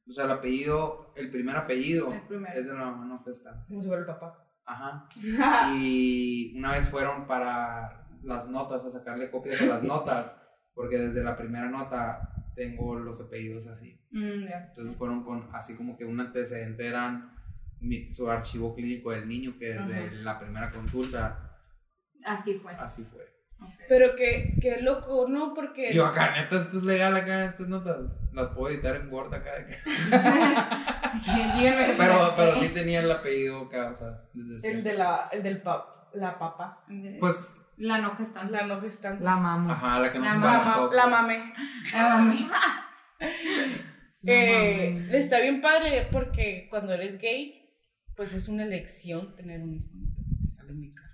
Speaker 3: O sea, el apellido, el primer apellido
Speaker 1: El primero.
Speaker 3: es de la mamá no gestante.
Speaker 2: Como si fuera el papá.
Speaker 3: Ajá. Y una vez fueron para las notas, a sacarle copias de las notas. porque desde la primera nota tengo los apellidos así.
Speaker 1: Mm, ya.
Speaker 3: Entonces fueron con, así como que un antecedente eran mi- su archivo clínico del niño, que desde
Speaker 2: Ajá.
Speaker 3: la primera consulta
Speaker 1: Así fue.
Speaker 3: así fue.
Speaker 1: Ok.
Speaker 2: Pero que, que loco, ¿no? Porque...
Speaker 3: Y yo acá, neta, esto es legal acá, estas notas. Las puedo editar en Word acá. de que-
Speaker 1: Díganme que-
Speaker 3: Pero, pero sí tenía el apellido acá, o sea, desde
Speaker 2: El,
Speaker 3: siempre.
Speaker 2: de la, el del pap, la papa.
Speaker 3: Pues,
Speaker 1: La noja está.
Speaker 2: La noja está...
Speaker 4: La mamo.
Speaker 3: ajá, la que nos
Speaker 1: La
Speaker 2: la,
Speaker 3: embarazó,
Speaker 2: ma-
Speaker 3: pues.
Speaker 2: la mamé.
Speaker 1: La mami.
Speaker 4: La
Speaker 2: Eh,
Speaker 4: mamé.
Speaker 2: está bien padre porque cuando eres gay, pues es una elección tener un hijo. entonces Te sale muy caro.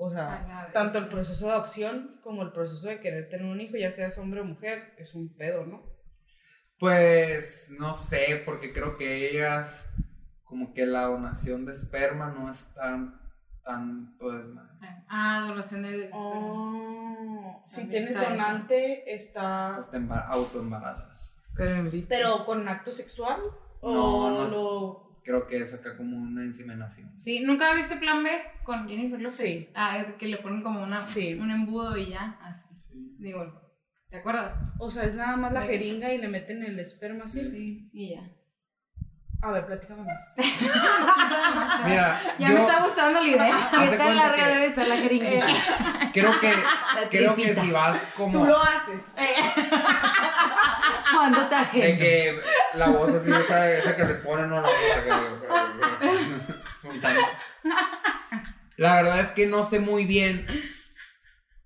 Speaker 2: O sea...
Speaker 1: A la vez.
Speaker 2: Ah. Tanto el proceso de adopción como el proceso de querer tener un hijo, ya seas hombre o mujer, es un pedo, ¿no?
Speaker 3: Pues no sé, porque creo que ellas, como que la donación de esperma no es tan, tan, pues, ma-
Speaker 1: Ah, donación de.
Speaker 2: Oh. si
Speaker 1: También
Speaker 2: tienes
Speaker 1: está eso.
Speaker 2: donante, está...
Speaker 3: pues te embar- autoembarazas.
Speaker 4: Pero ahorita.
Speaker 2: Pero con acto sexual o
Speaker 3: No, no es-
Speaker 2: lo...
Speaker 3: Creo que es acá como una inseminación.
Speaker 1: Sí, ¿nunca viste Plan B con Jennifer López?
Speaker 2: Sí.
Speaker 1: Ah, que le ponen como una,
Speaker 2: Sí.
Speaker 1: un embudo y ya, así. Digo, ¿te acuerdas?
Speaker 2: O sea, es nada más la
Speaker 1: Sí.
Speaker 2: jeringa y le meten el esperma así.
Speaker 1: Sí, y ya.
Speaker 2: A ver, platícame más.
Speaker 3: Mira,
Speaker 1: ya
Speaker 3: yo
Speaker 1: me está gustando la idea.
Speaker 3: Haz de
Speaker 4: Ahorita en la
Speaker 3: cuenta
Speaker 4: red
Speaker 3: que-
Speaker 4: debe estar la jeringuita.
Speaker 3: creo que,
Speaker 4: Eh, La
Speaker 3: creo que
Speaker 4: tripita.
Speaker 3: si vas como
Speaker 2: haces.
Speaker 4: ¿Cuándo
Speaker 3: de
Speaker 4: taje?
Speaker 3: que la voz así, esa, esa que les ponen, no la voz acá, contando. La verdad es que no sé muy bien,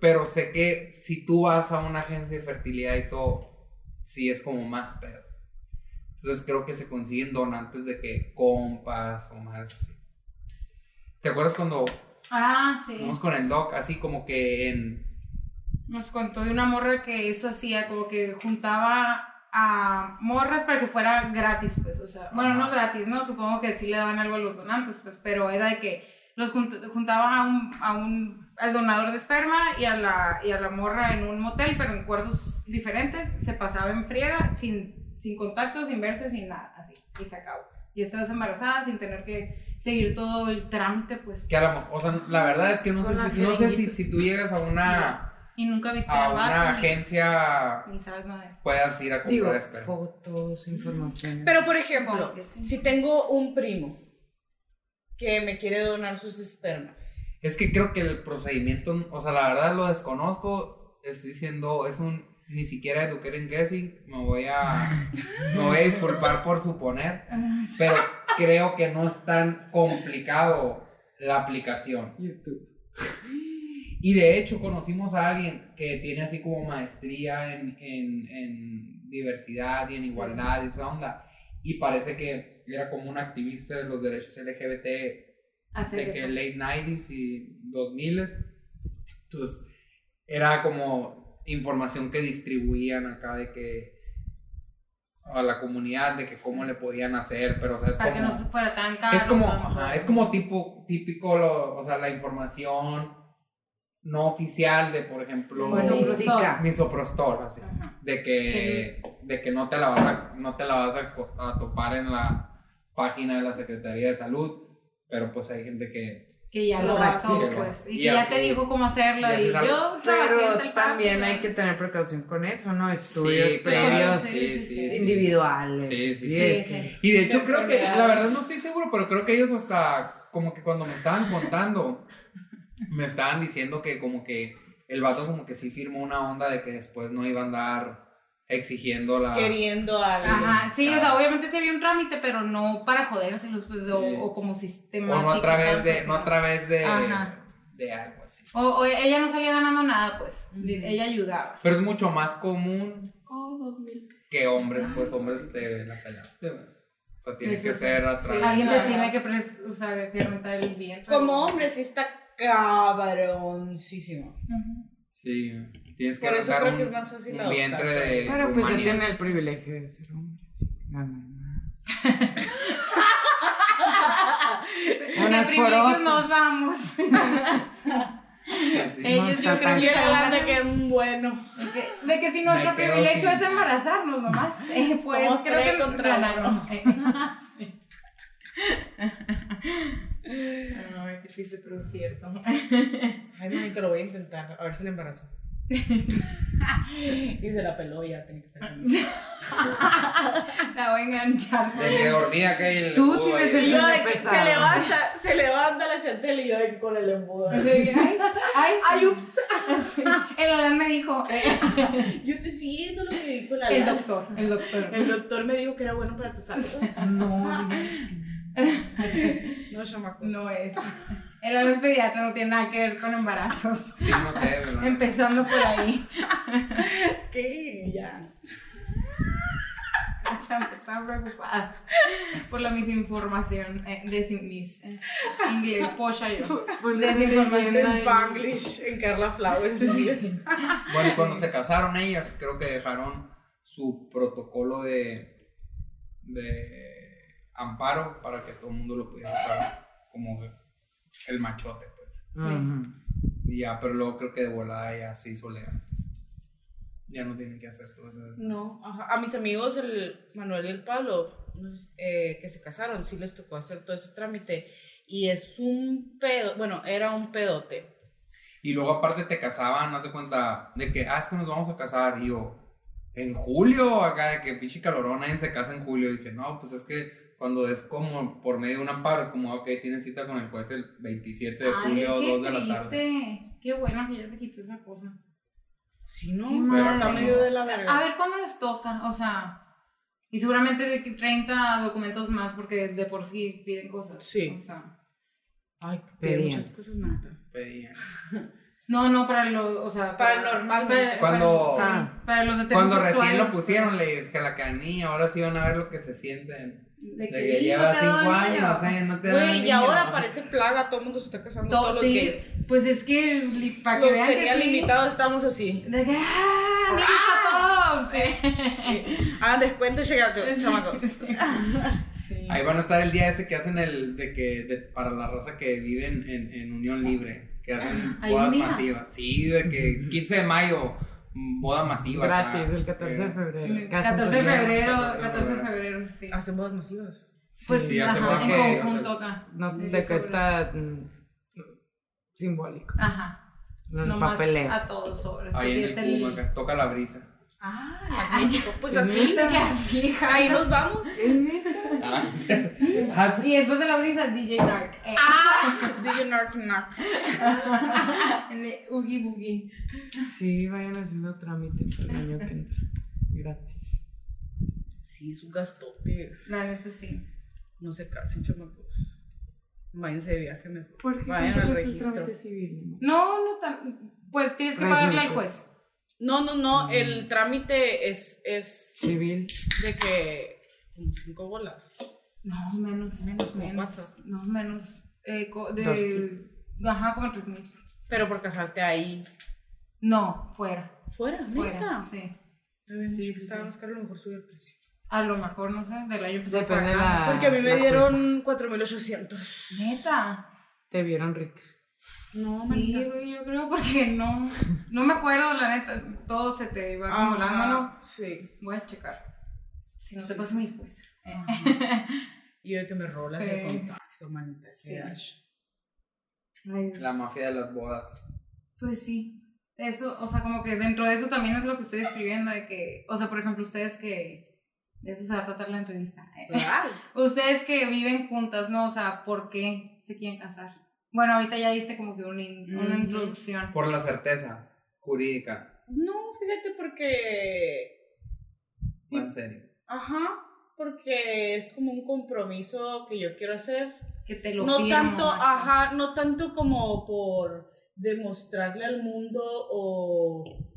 Speaker 3: pero sé que si tú vas a una agencia de fertilidad y todo, sí es como más pedo. Entonces creo que se consiguen donantes de que compas o más así. ¿Te acuerdas cuando
Speaker 1: Ah, sí.
Speaker 3: fuimos con el doc? Así como que en.
Speaker 1: Nos contó de una morra que eso hacía, como que juntaba a morras para que fuera gratis, pues, o sea, bueno, no gratis, ¿no? Supongo que sí le daban algo a los donantes, pues, pero era de que los junt- juntaba a un, a un, al donador de esperma y a, la, y a la morra en un motel, pero en cuartos diferentes, se pasaba en friega, sin, sin contacto, sin verse, sin nada, así, y se acabó. Y estabas embarazada sin tener que seguir todo el trámite, pues,
Speaker 3: Que a lo mejor- o sea, la verdad es que no sé,
Speaker 4: Con la
Speaker 3: si, no sé si,
Speaker 4: jeringuita.
Speaker 3: si tú llegas a una,
Speaker 1: y nunca viste
Speaker 3: a
Speaker 1: al
Speaker 3: una
Speaker 1: vato, ni-
Speaker 3: agencia
Speaker 1: ni sabes nada de él.
Speaker 3: puedas ir a
Speaker 4: Digo,
Speaker 3: comprar esperma.
Speaker 4: fotos, información.
Speaker 2: Pero, por ejemplo,
Speaker 1: Supongo que sí.
Speaker 2: si tengo un primo que me quiere donar sus espermas,
Speaker 3: Es que creo que el procedimiento, o sea, la verdad lo desconozco. Estoy siendo, es un, ni siquiera educar en guessing. Me voy a, me voy a disculpar por suponer, pero creo que no es tan complicado la aplicación.
Speaker 4: YouTube.
Speaker 3: Y de hecho conocimos a alguien que tiene así como maestría en, en- en diversidad y en igualdad y esa onda. Y parece que era como un activista de los derechos LGBT
Speaker 1: Hacer
Speaker 3: de
Speaker 1: eso.
Speaker 3: que late 90s y 2000s. Entonces, era como información que distribuían acá de que a la comunidad de que cómo le podían hacer, pero o sea, es
Speaker 1: para que
Speaker 3: como
Speaker 1: no se fuera tan caro.
Speaker 3: es como
Speaker 1: tan-
Speaker 3: ajá, es como tipo típico lo- o sea, la información no oficial de, por ejemplo,
Speaker 1: Bueno, Ah.
Speaker 4: Holística.
Speaker 3: misoprostol, así
Speaker 1: Ajá.
Speaker 3: de que, de que no te la vas a, no te la vas a, co- a topar en la página de la Secretaría de Salud, pero pues hay gente que
Speaker 1: Que ya
Speaker 2: Lo
Speaker 1: lo pasó,
Speaker 3: hace,
Speaker 1: pues. Y,
Speaker 3: y
Speaker 1: que ya
Speaker 3: así-
Speaker 1: te dijo cómo hacerlo.
Speaker 3: y así
Speaker 1: Y,
Speaker 3: sabe.
Speaker 1: yo trabajé en
Speaker 4: Pero
Speaker 1: tal
Speaker 4: también
Speaker 1: parte,
Speaker 4: hay que tener precaución con eso, ¿no?
Speaker 3: Sí,
Speaker 4: Estudios
Speaker 3: claro,
Speaker 4: previos
Speaker 1: sí, sí, sí, sí.
Speaker 4: individuales.
Speaker 3: Sí, sí,
Speaker 1: Sí,
Speaker 3: sí.
Speaker 4: es
Speaker 1: sí.
Speaker 4: que-
Speaker 3: Y de hecho
Speaker 2: De
Speaker 3: creo que, la
Speaker 2: enfermedades.
Speaker 3: verdad no estoy seguro, pero creo que ellos hasta como que cuando me estaban contando, me estaban diciendo que como que el vato como que sí firmó una onda de que después no iba a andar exigiendo la...
Speaker 2: queriendo
Speaker 3: Ah. Sí.
Speaker 2: algo.
Speaker 1: Ajá, sí, Ah,
Speaker 3: Claro.
Speaker 1: o sea, obviamente se había un trámite, pero no para jodérselos, pues, o,
Speaker 3: Sí.
Speaker 1: o como
Speaker 3: O
Speaker 1: sistemático.
Speaker 3: no a través
Speaker 1: tanto,
Speaker 3: de, no
Speaker 1: sino-
Speaker 3: a través de,
Speaker 1: Ajá.
Speaker 3: de algo así.
Speaker 1: o, o ella no salía ganando nada, pues.
Speaker 2: Ujú.
Speaker 1: Ella ayudaba.
Speaker 3: Pero es mucho más común que hombres, pues hombres te la pelaste, güey. O sea, tiene
Speaker 1: Eso
Speaker 3: que
Speaker 1: sí.
Speaker 3: ser a través
Speaker 1: Alguien te
Speaker 3: de-
Speaker 2: Claro.
Speaker 1: tiene que, pres- o sea, que rentar el viento.
Speaker 2: Como hombre, sí está cabroncísimo.
Speaker 1: Ujú.
Speaker 3: Sí, tienes que
Speaker 2: Por eso
Speaker 3: rentar
Speaker 2: creo
Speaker 3: un-
Speaker 2: que es más fácil
Speaker 3: un
Speaker 2: adoptar.
Speaker 3: vientre de
Speaker 4: Pero pues yo
Speaker 3: Rumania.
Speaker 4: tenía el privilegio de ser hombre, sí, nada más.
Speaker 1: De
Speaker 4: Unas por
Speaker 1: privilegios
Speaker 4: otras.
Speaker 1: nos vamos.
Speaker 3: Sí, sí.
Speaker 4: Eh,
Speaker 1: Ellos yo
Speaker 4: está
Speaker 1: creo
Speaker 4: tan-
Speaker 2: Y
Speaker 1: que
Speaker 2: el
Speaker 1: salgan-
Speaker 2: grande que un bueno.
Speaker 1: De que, de que si
Speaker 3: No hay
Speaker 1: nuestro
Speaker 3: pedo,
Speaker 1: privilegio
Speaker 3: sí.
Speaker 1: es embarazarnos nomás, eh, pues
Speaker 2: Somos
Speaker 1: creo
Speaker 2: tres
Speaker 1: que
Speaker 2: contra uno.
Speaker 1: ganaron. Sí. Ay, qué triste, pero es cierto.
Speaker 2: Ay, no, te lo voy a intentar. A ver si le embarazo. Y se la peló y ya tenía que estar conmigo.
Speaker 1: La voy a enganchar.
Speaker 3: De que dormía que el.
Speaker 1: Tú
Speaker 3: cubo
Speaker 1: tienes
Speaker 3: ahí.
Speaker 2: Y
Speaker 1: el-
Speaker 2: yo de que
Speaker 4: Empezaba.
Speaker 2: se levanta, se levanta la chantel y yo de que con el embudo.
Speaker 1: O sea, que, ay, ay,
Speaker 2: Ay, ups,
Speaker 1: El alarma me dijo, eh,
Speaker 2: yo estoy siguiendo lo que dijo la
Speaker 1: el
Speaker 2: lana.
Speaker 1: doctor, el doctor.
Speaker 2: El doctor me dijo que era bueno para tu salud.
Speaker 4: No,
Speaker 2: No, chamacos.
Speaker 1: No es. El alarma es pediatra, no tiene nada que ver con embarazos.
Speaker 3: Sí, no sé, pero.
Speaker 1: Empezando por ahí.
Speaker 2: ¿Qué? Ya.
Speaker 1: Chanta, estaba preocupada por la misinformación eh, de sin- mis eh, inglés, pocha yo. Desinformación.
Speaker 2: Spanglish en Carla Flowers.
Speaker 3: Bueno, cuando se casaron ellas, creo que dejaron su protocolo de, de amparo para que todo el mundo lo pudiera usar como el machote, pues. Y ya, pero luego creo que de volada ya se hizo legal. pues. Ya no tienen que hacer todo eso.
Speaker 2: No, ajá. a mis amigos, el Manuel y el Pablo, nos- eh, que se casaron, sí les tocó hacer todo ese trámite. Y es un pedo, bueno, era un pedote.
Speaker 3: Y luego aparte te casaban, haz de cuenta de que, ah, es que nos vamos a casar. Y yo, en julio, acá de que pinche calorón, nadie se casa en julio. Y dice, no, pues es que cuando es como por medio de un amparo, es como, ok, tienes cita con el juez el 27 de julio, 2 de la tarde.
Speaker 1: triste. Qué bueno que ya se quitó esa cosa.
Speaker 2: Si no,
Speaker 1: Qué
Speaker 2: o sea,
Speaker 3: mal.
Speaker 2: está medio de la verga.
Speaker 1: A ver cuándo les toca, o sea. Y seguramente de que 30 documentos más porque de por sí piden cosas.
Speaker 2: Sí.
Speaker 1: O sea,
Speaker 2: Ay,
Speaker 4: pero
Speaker 2: pero muchas
Speaker 4: muchas
Speaker 2: cosas nada.
Speaker 3: Pedían.
Speaker 1: no, no, para lo, o sea,
Speaker 2: Para el normal,
Speaker 1: para,
Speaker 3: Cuando-
Speaker 1: para- sí,
Speaker 2: Ah.
Speaker 1: para los
Speaker 3: Cuando
Speaker 1: heterosexuales.
Speaker 3: recién lo pusieron, le dije que la canilla, ahora sí van a ver lo que se sienten.
Speaker 1: de
Speaker 3: De
Speaker 1: que,
Speaker 3: que
Speaker 1: "Hijo,
Speaker 3: lleva
Speaker 1: te
Speaker 3: 5
Speaker 1: doy niño".
Speaker 3: años, ¿eh? No te dan
Speaker 2: Güey, y
Speaker 3: niño.
Speaker 2: ahora parece plaga, todo el mundo se está casando
Speaker 1: Todo-
Speaker 2: todos los
Speaker 1: sí,
Speaker 2: gays.
Speaker 1: pues es que li- para que
Speaker 2: Los
Speaker 1: vean
Speaker 2: tenía
Speaker 1: que sí,
Speaker 2: limitados, estamos así.
Speaker 1: De que, ¡ah! ¡Niños para todos!
Speaker 2: Hagan descuento, chicachos, chamacos.
Speaker 1: Sí.
Speaker 3: Ahí van a estar el día ese que hacen el de que de- para la raza que vive en, en- en Unión Libre, que hacen
Speaker 1: ¿Hay un
Speaker 3: bodas
Speaker 1: día?
Speaker 3: masivas. Sí, de que 15 de mayo, mm, boda masiva. acá. Eh,
Speaker 4: Gratis, el 14 de febrero.
Speaker 1: 14 de febrero,
Speaker 3: 14 de
Speaker 1: 14 de febrero, sí.
Speaker 2: Hacen bodas masivas.
Speaker 1: Pues
Speaker 3: sí, hace
Speaker 1: ajá,
Speaker 3: más
Speaker 1: en
Speaker 4: que-
Speaker 1: conjunto acá.
Speaker 4: No,
Speaker 1: El
Speaker 4: de que
Speaker 1: sobre-
Speaker 4: está mm, simbólico.
Speaker 1: Ajá.
Speaker 4: No, el
Speaker 1: nomás
Speaker 4: papeleo.
Speaker 1: a todos sobres.
Speaker 3: Ahí
Speaker 1: porque este
Speaker 3: en
Speaker 1: está
Speaker 3: el Puma, acá, toca la brisa.
Speaker 2: Ah,
Speaker 1: ay,
Speaker 2: magnífico. Pues así.
Speaker 1: ¿Qué así,
Speaker 2: Ahí nos vamos.
Speaker 3: Ah,
Speaker 1: Y después de la brisa, DJ Dark. Eh,
Speaker 2: Ah, DJ Narc Narc.
Speaker 1: el Oogie Boogie.
Speaker 4: Sí, vayan haciendo trámite para el año que entra. Gratis.
Speaker 2: Sí, es un gastote.
Speaker 1: La neta sí.
Speaker 2: No se casen, chamacos. Váyanse de viaje mejor.
Speaker 4: ¿Por qué
Speaker 2: Vayan al
Speaker 4: compras el
Speaker 2: registro.
Speaker 4: trámite civil?
Speaker 1: No, no tan. Pues tienes que
Speaker 4: Tres
Speaker 1: pagarle al
Speaker 4: minutos.
Speaker 1: juez.
Speaker 2: No, no, no. El trámite es, es
Speaker 4: Civil.
Speaker 2: de que. Como cinco bolas.
Speaker 1: No, menos, menos,
Speaker 2: Como
Speaker 1: menos.
Speaker 2: cuatro.
Speaker 1: No, menos. Eh, co- de.
Speaker 4: Dos mil.
Speaker 1: Ajá, como tres mil.
Speaker 2: Pero por casarte ahí.
Speaker 1: No, fuera.
Speaker 2: Fuera,
Speaker 1: Fuera.
Speaker 2: neta.
Speaker 1: Sí.
Speaker 2: Me habían
Speaker 1: Sí,
Speaker 2: dicho que
Speaker 1: sí,
Speaker 2: estaba
Speaker 1: sí.
Speaker 2: más caro, a lo mejor subió el precio.
Speaker 1: A lo mejor, no sé, del año pasado.
Speaker 4: Depende de
Speaker 1: para acá.
Speaker 4: la.
Speaker 2: Porque a mí me
Speaker 4: la
Speaker 2: dieron 4.800.
Speaker 1: Neta.
Speaker 4: jueza. Te vieron rica.
Speaker 2: No,
Speaker 1: Sí, güey, yo creo porque no. No me acuerdo, la neta. Todo se te iba acumulando, ¿no?
Speaker 2: Sí.
Speaker 1: Voy a checar. Si no te pasa mi juez. Eh.
Speaker 2: Y yo de que me rolas
Speaker 1: Sí.
Speaker 2: de contacto, manita. qué
Speaker 1: Sí.
Speaker 2: gacho.
Speaker 1: Ay, Dios.
Speaker 3: la mafia de las bodas.
Speaker 1: Pues sí. Eso, o sea, como que dentro de eso también es lo que estoy escribiendo, de que, o sea, por ejemplo, ustedes que, de eso se va a tratar la entrevista, Eh, ustedes que viven juntas, ¿no? O sea, ¿por qué se quieren casar? Bueno, ahorita ya diste como que una, in- una
Speaker 2: Ujú.
Speaker 1: introducción.
Speaker 3: Por la certeza jurídica.
Speaker 2: No, fíjate porque.
Speaker 3: no, En serio.
Speaker 2: Ajá. Porque es como un compromiso que yo quiero hacer.
Speaker 1: Que te lo
Speaker 2: no
Speaker 1: firmo,
Speaker 2: tanto,
Speaker 1: así.
Speaker 2: ajá, no tanto como por demostrarle al mundo o,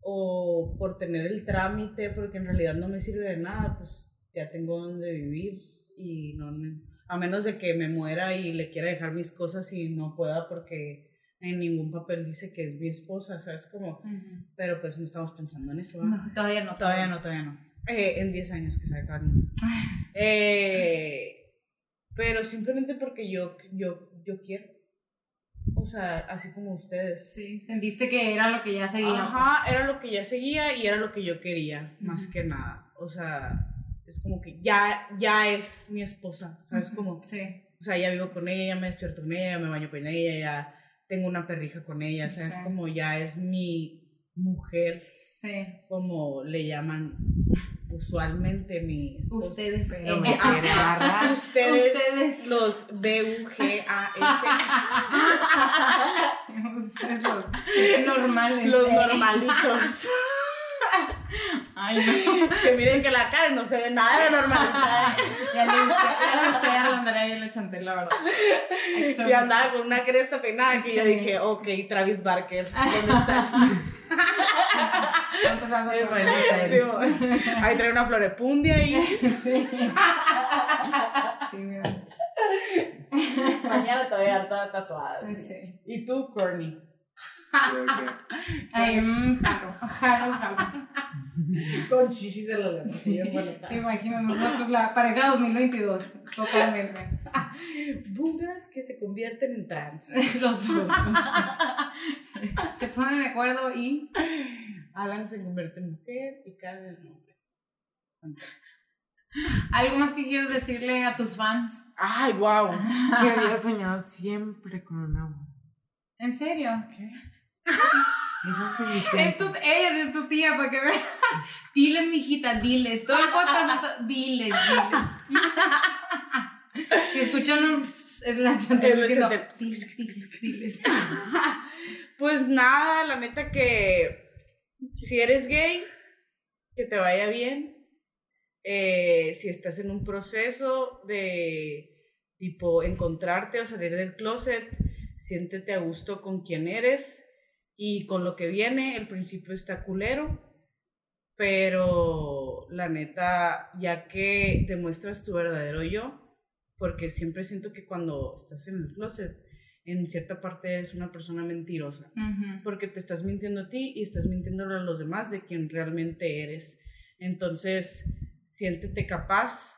Speaker 2: o por tener el trámite, porque en realidad no me sirve de nada, pues ya tengo donde vivir y no, me- a menos de que me muera y le quiera dejar mis cosas y no pueda porque en ningún papel dice que es mi esposa, ¿sabes? Como,
Speaker 1: Ujú.
Speaker 2: pero pues no estamos pensando en eso. ¿verdad?
Speaker 1: No, todavía no.
Speaker 2: Todavía no, todavía no. Eh, en 10 años que se acaban. Eh, pero simplemente porque yo, yo, yo quiero. O sea, así como ustedes. pues.
Speaker 1: Sí, sentiste que era lo que ya seguía.
Speaker 2: Ajá, era lo que ya seguía y era lo que yo quería,
Speaker 1: Ujú.
Speaker 2: más que nada. O sea, es como que ya, ya es mi esposa. ¿Sabes?
Speaker 1: Ujú.
Speaker 2: Como,
Speaker 1: Sí.
Speaker 2: o sea, ya vivo con ella, ya me despierto con ella, ya me baño con ella, ya tengo una perrija con ella. O sea, es
Speaker 1: Sí.
Speaker 2: como ya es mi, mujer,
Speaker 5: Sí.
Speaker 2: como le llaman usualmente mis
Speaker 5: Ustedes.
Speaker 4: Pero me
Speaker 5: eh,
Speaker 4: quiere
Speaker 2: ah,
Speaker 4: agarrar.
Speaker 2: ustedes,
Speaker 5: Ustedes.
Speaker 2: los B-U-G-A-S,
Speaker 1: Ustedes los normales.
Speaker 2: los normalitos.
Speaker 1: Ay, no.
Speaker 2: que miren que la cara no se ve nada de normalidad.
Speaker 1: Ya le gusté, ya le gusté a la Andrea y le chanté, la verdad.
Speaker 2: Y andaba con una cresta peinada que yo
Speaker 5: Sí.
Speaker 2: dije, ok, Travis Barker, ¿dónde estás?
Speaker 1: Está empezando a tomar.
Speaker 2: Sí, bueno. Ahí trae una florepundia ahí.
Speaker 1: Sí, mira.
Speaker 2: Mañana te voy a dar toda tatuada. sí.
Speaker 5: Sí.
Speaker 2: ¿Y tú, Corny?
Speaker 3: Creo que-
Speaker 1: Ay, mm, jalo, jalo, jalo.
Speaker 2: Con chichis en la lengua.
Speaker 1: Te imaginas nosotros la pareja 2022, totalmente.
Speaker 2: Bugas que se convierten en trans.
Speaker 1: Los dos. Se ponen de acuerdo y
Speaker 2: Alan se convierte en mujer y Karen en hombre.
Speaker 1: algo más que quieres decirle a tus fans.
Speaker 2: ¡Ay, wow!
Speaker 4: Que había soñado siempre con una voz.
Speaker 1: ¿En serio?
Speaker 4: Eso fue mi
Speaker 1: Es
Speaker 4: sueño.
Speaker 1: tu, ella es tu tía para que veas. Diles, mijita, diles. Todo el podcast está- diles, diles. Y escuchan un es la chantel
Speaker 2: El
Speaker 1: diciendo,
Speaker 2: chantel.
Speaker 1: diles, diles, diles.
Speaker 2: Pues nada, la neta que si eres gay, que te vaya bien. Eh, si estás en un proceso de tipo encontrarte o salir del closet, siéntete a gusto con quien eres y con lo que viene. El principio está culero, pero la neta, ya que demuestras tu verdadero yo, porque siempre siento que cuando estás en el closet, en cierta parte eres una persona mentirosa
Speaker 1: Ujú.
Speaker 2: porque te estás mintiendo a ti y estás mintiendo a los demás de quien realmente eres. Entonces, siéntete capaz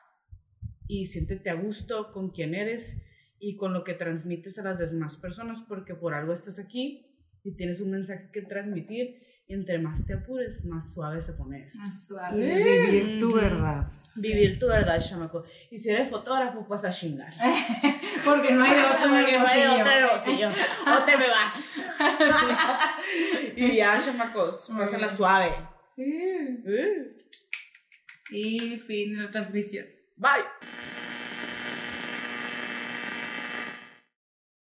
Speaker 2: y siéntete a gusto con quien eres y con lo que transmites a las demás personas, porque por algo estás aquí y tienes un mensaje que transmitir. Y entre más te apures, más suave se pone esto.
Speaker 1: Más
Speaker 4: Y
Speaker 1: Ah, suave.
Speaker 4: vivir tu verdad.
Speaker 2: Vivir tu verdad, chamaco. Y si eres fotógrafo, pues a chingar.
Speaker 1: Porque no hay de otra
Speaker 2: Porque no hay
Speaker 1: Hermosillo.
Speaker 2: otra Hermosillo. O te me vas. y ya, chamacos,
Speaker 1: Muy
Speaker 2: pásenla
Speaker 1: bien.
Speaker 2: suave. Ừ.
Speaker 1: Y fin de la transmisión.
Speaker 2: Bye.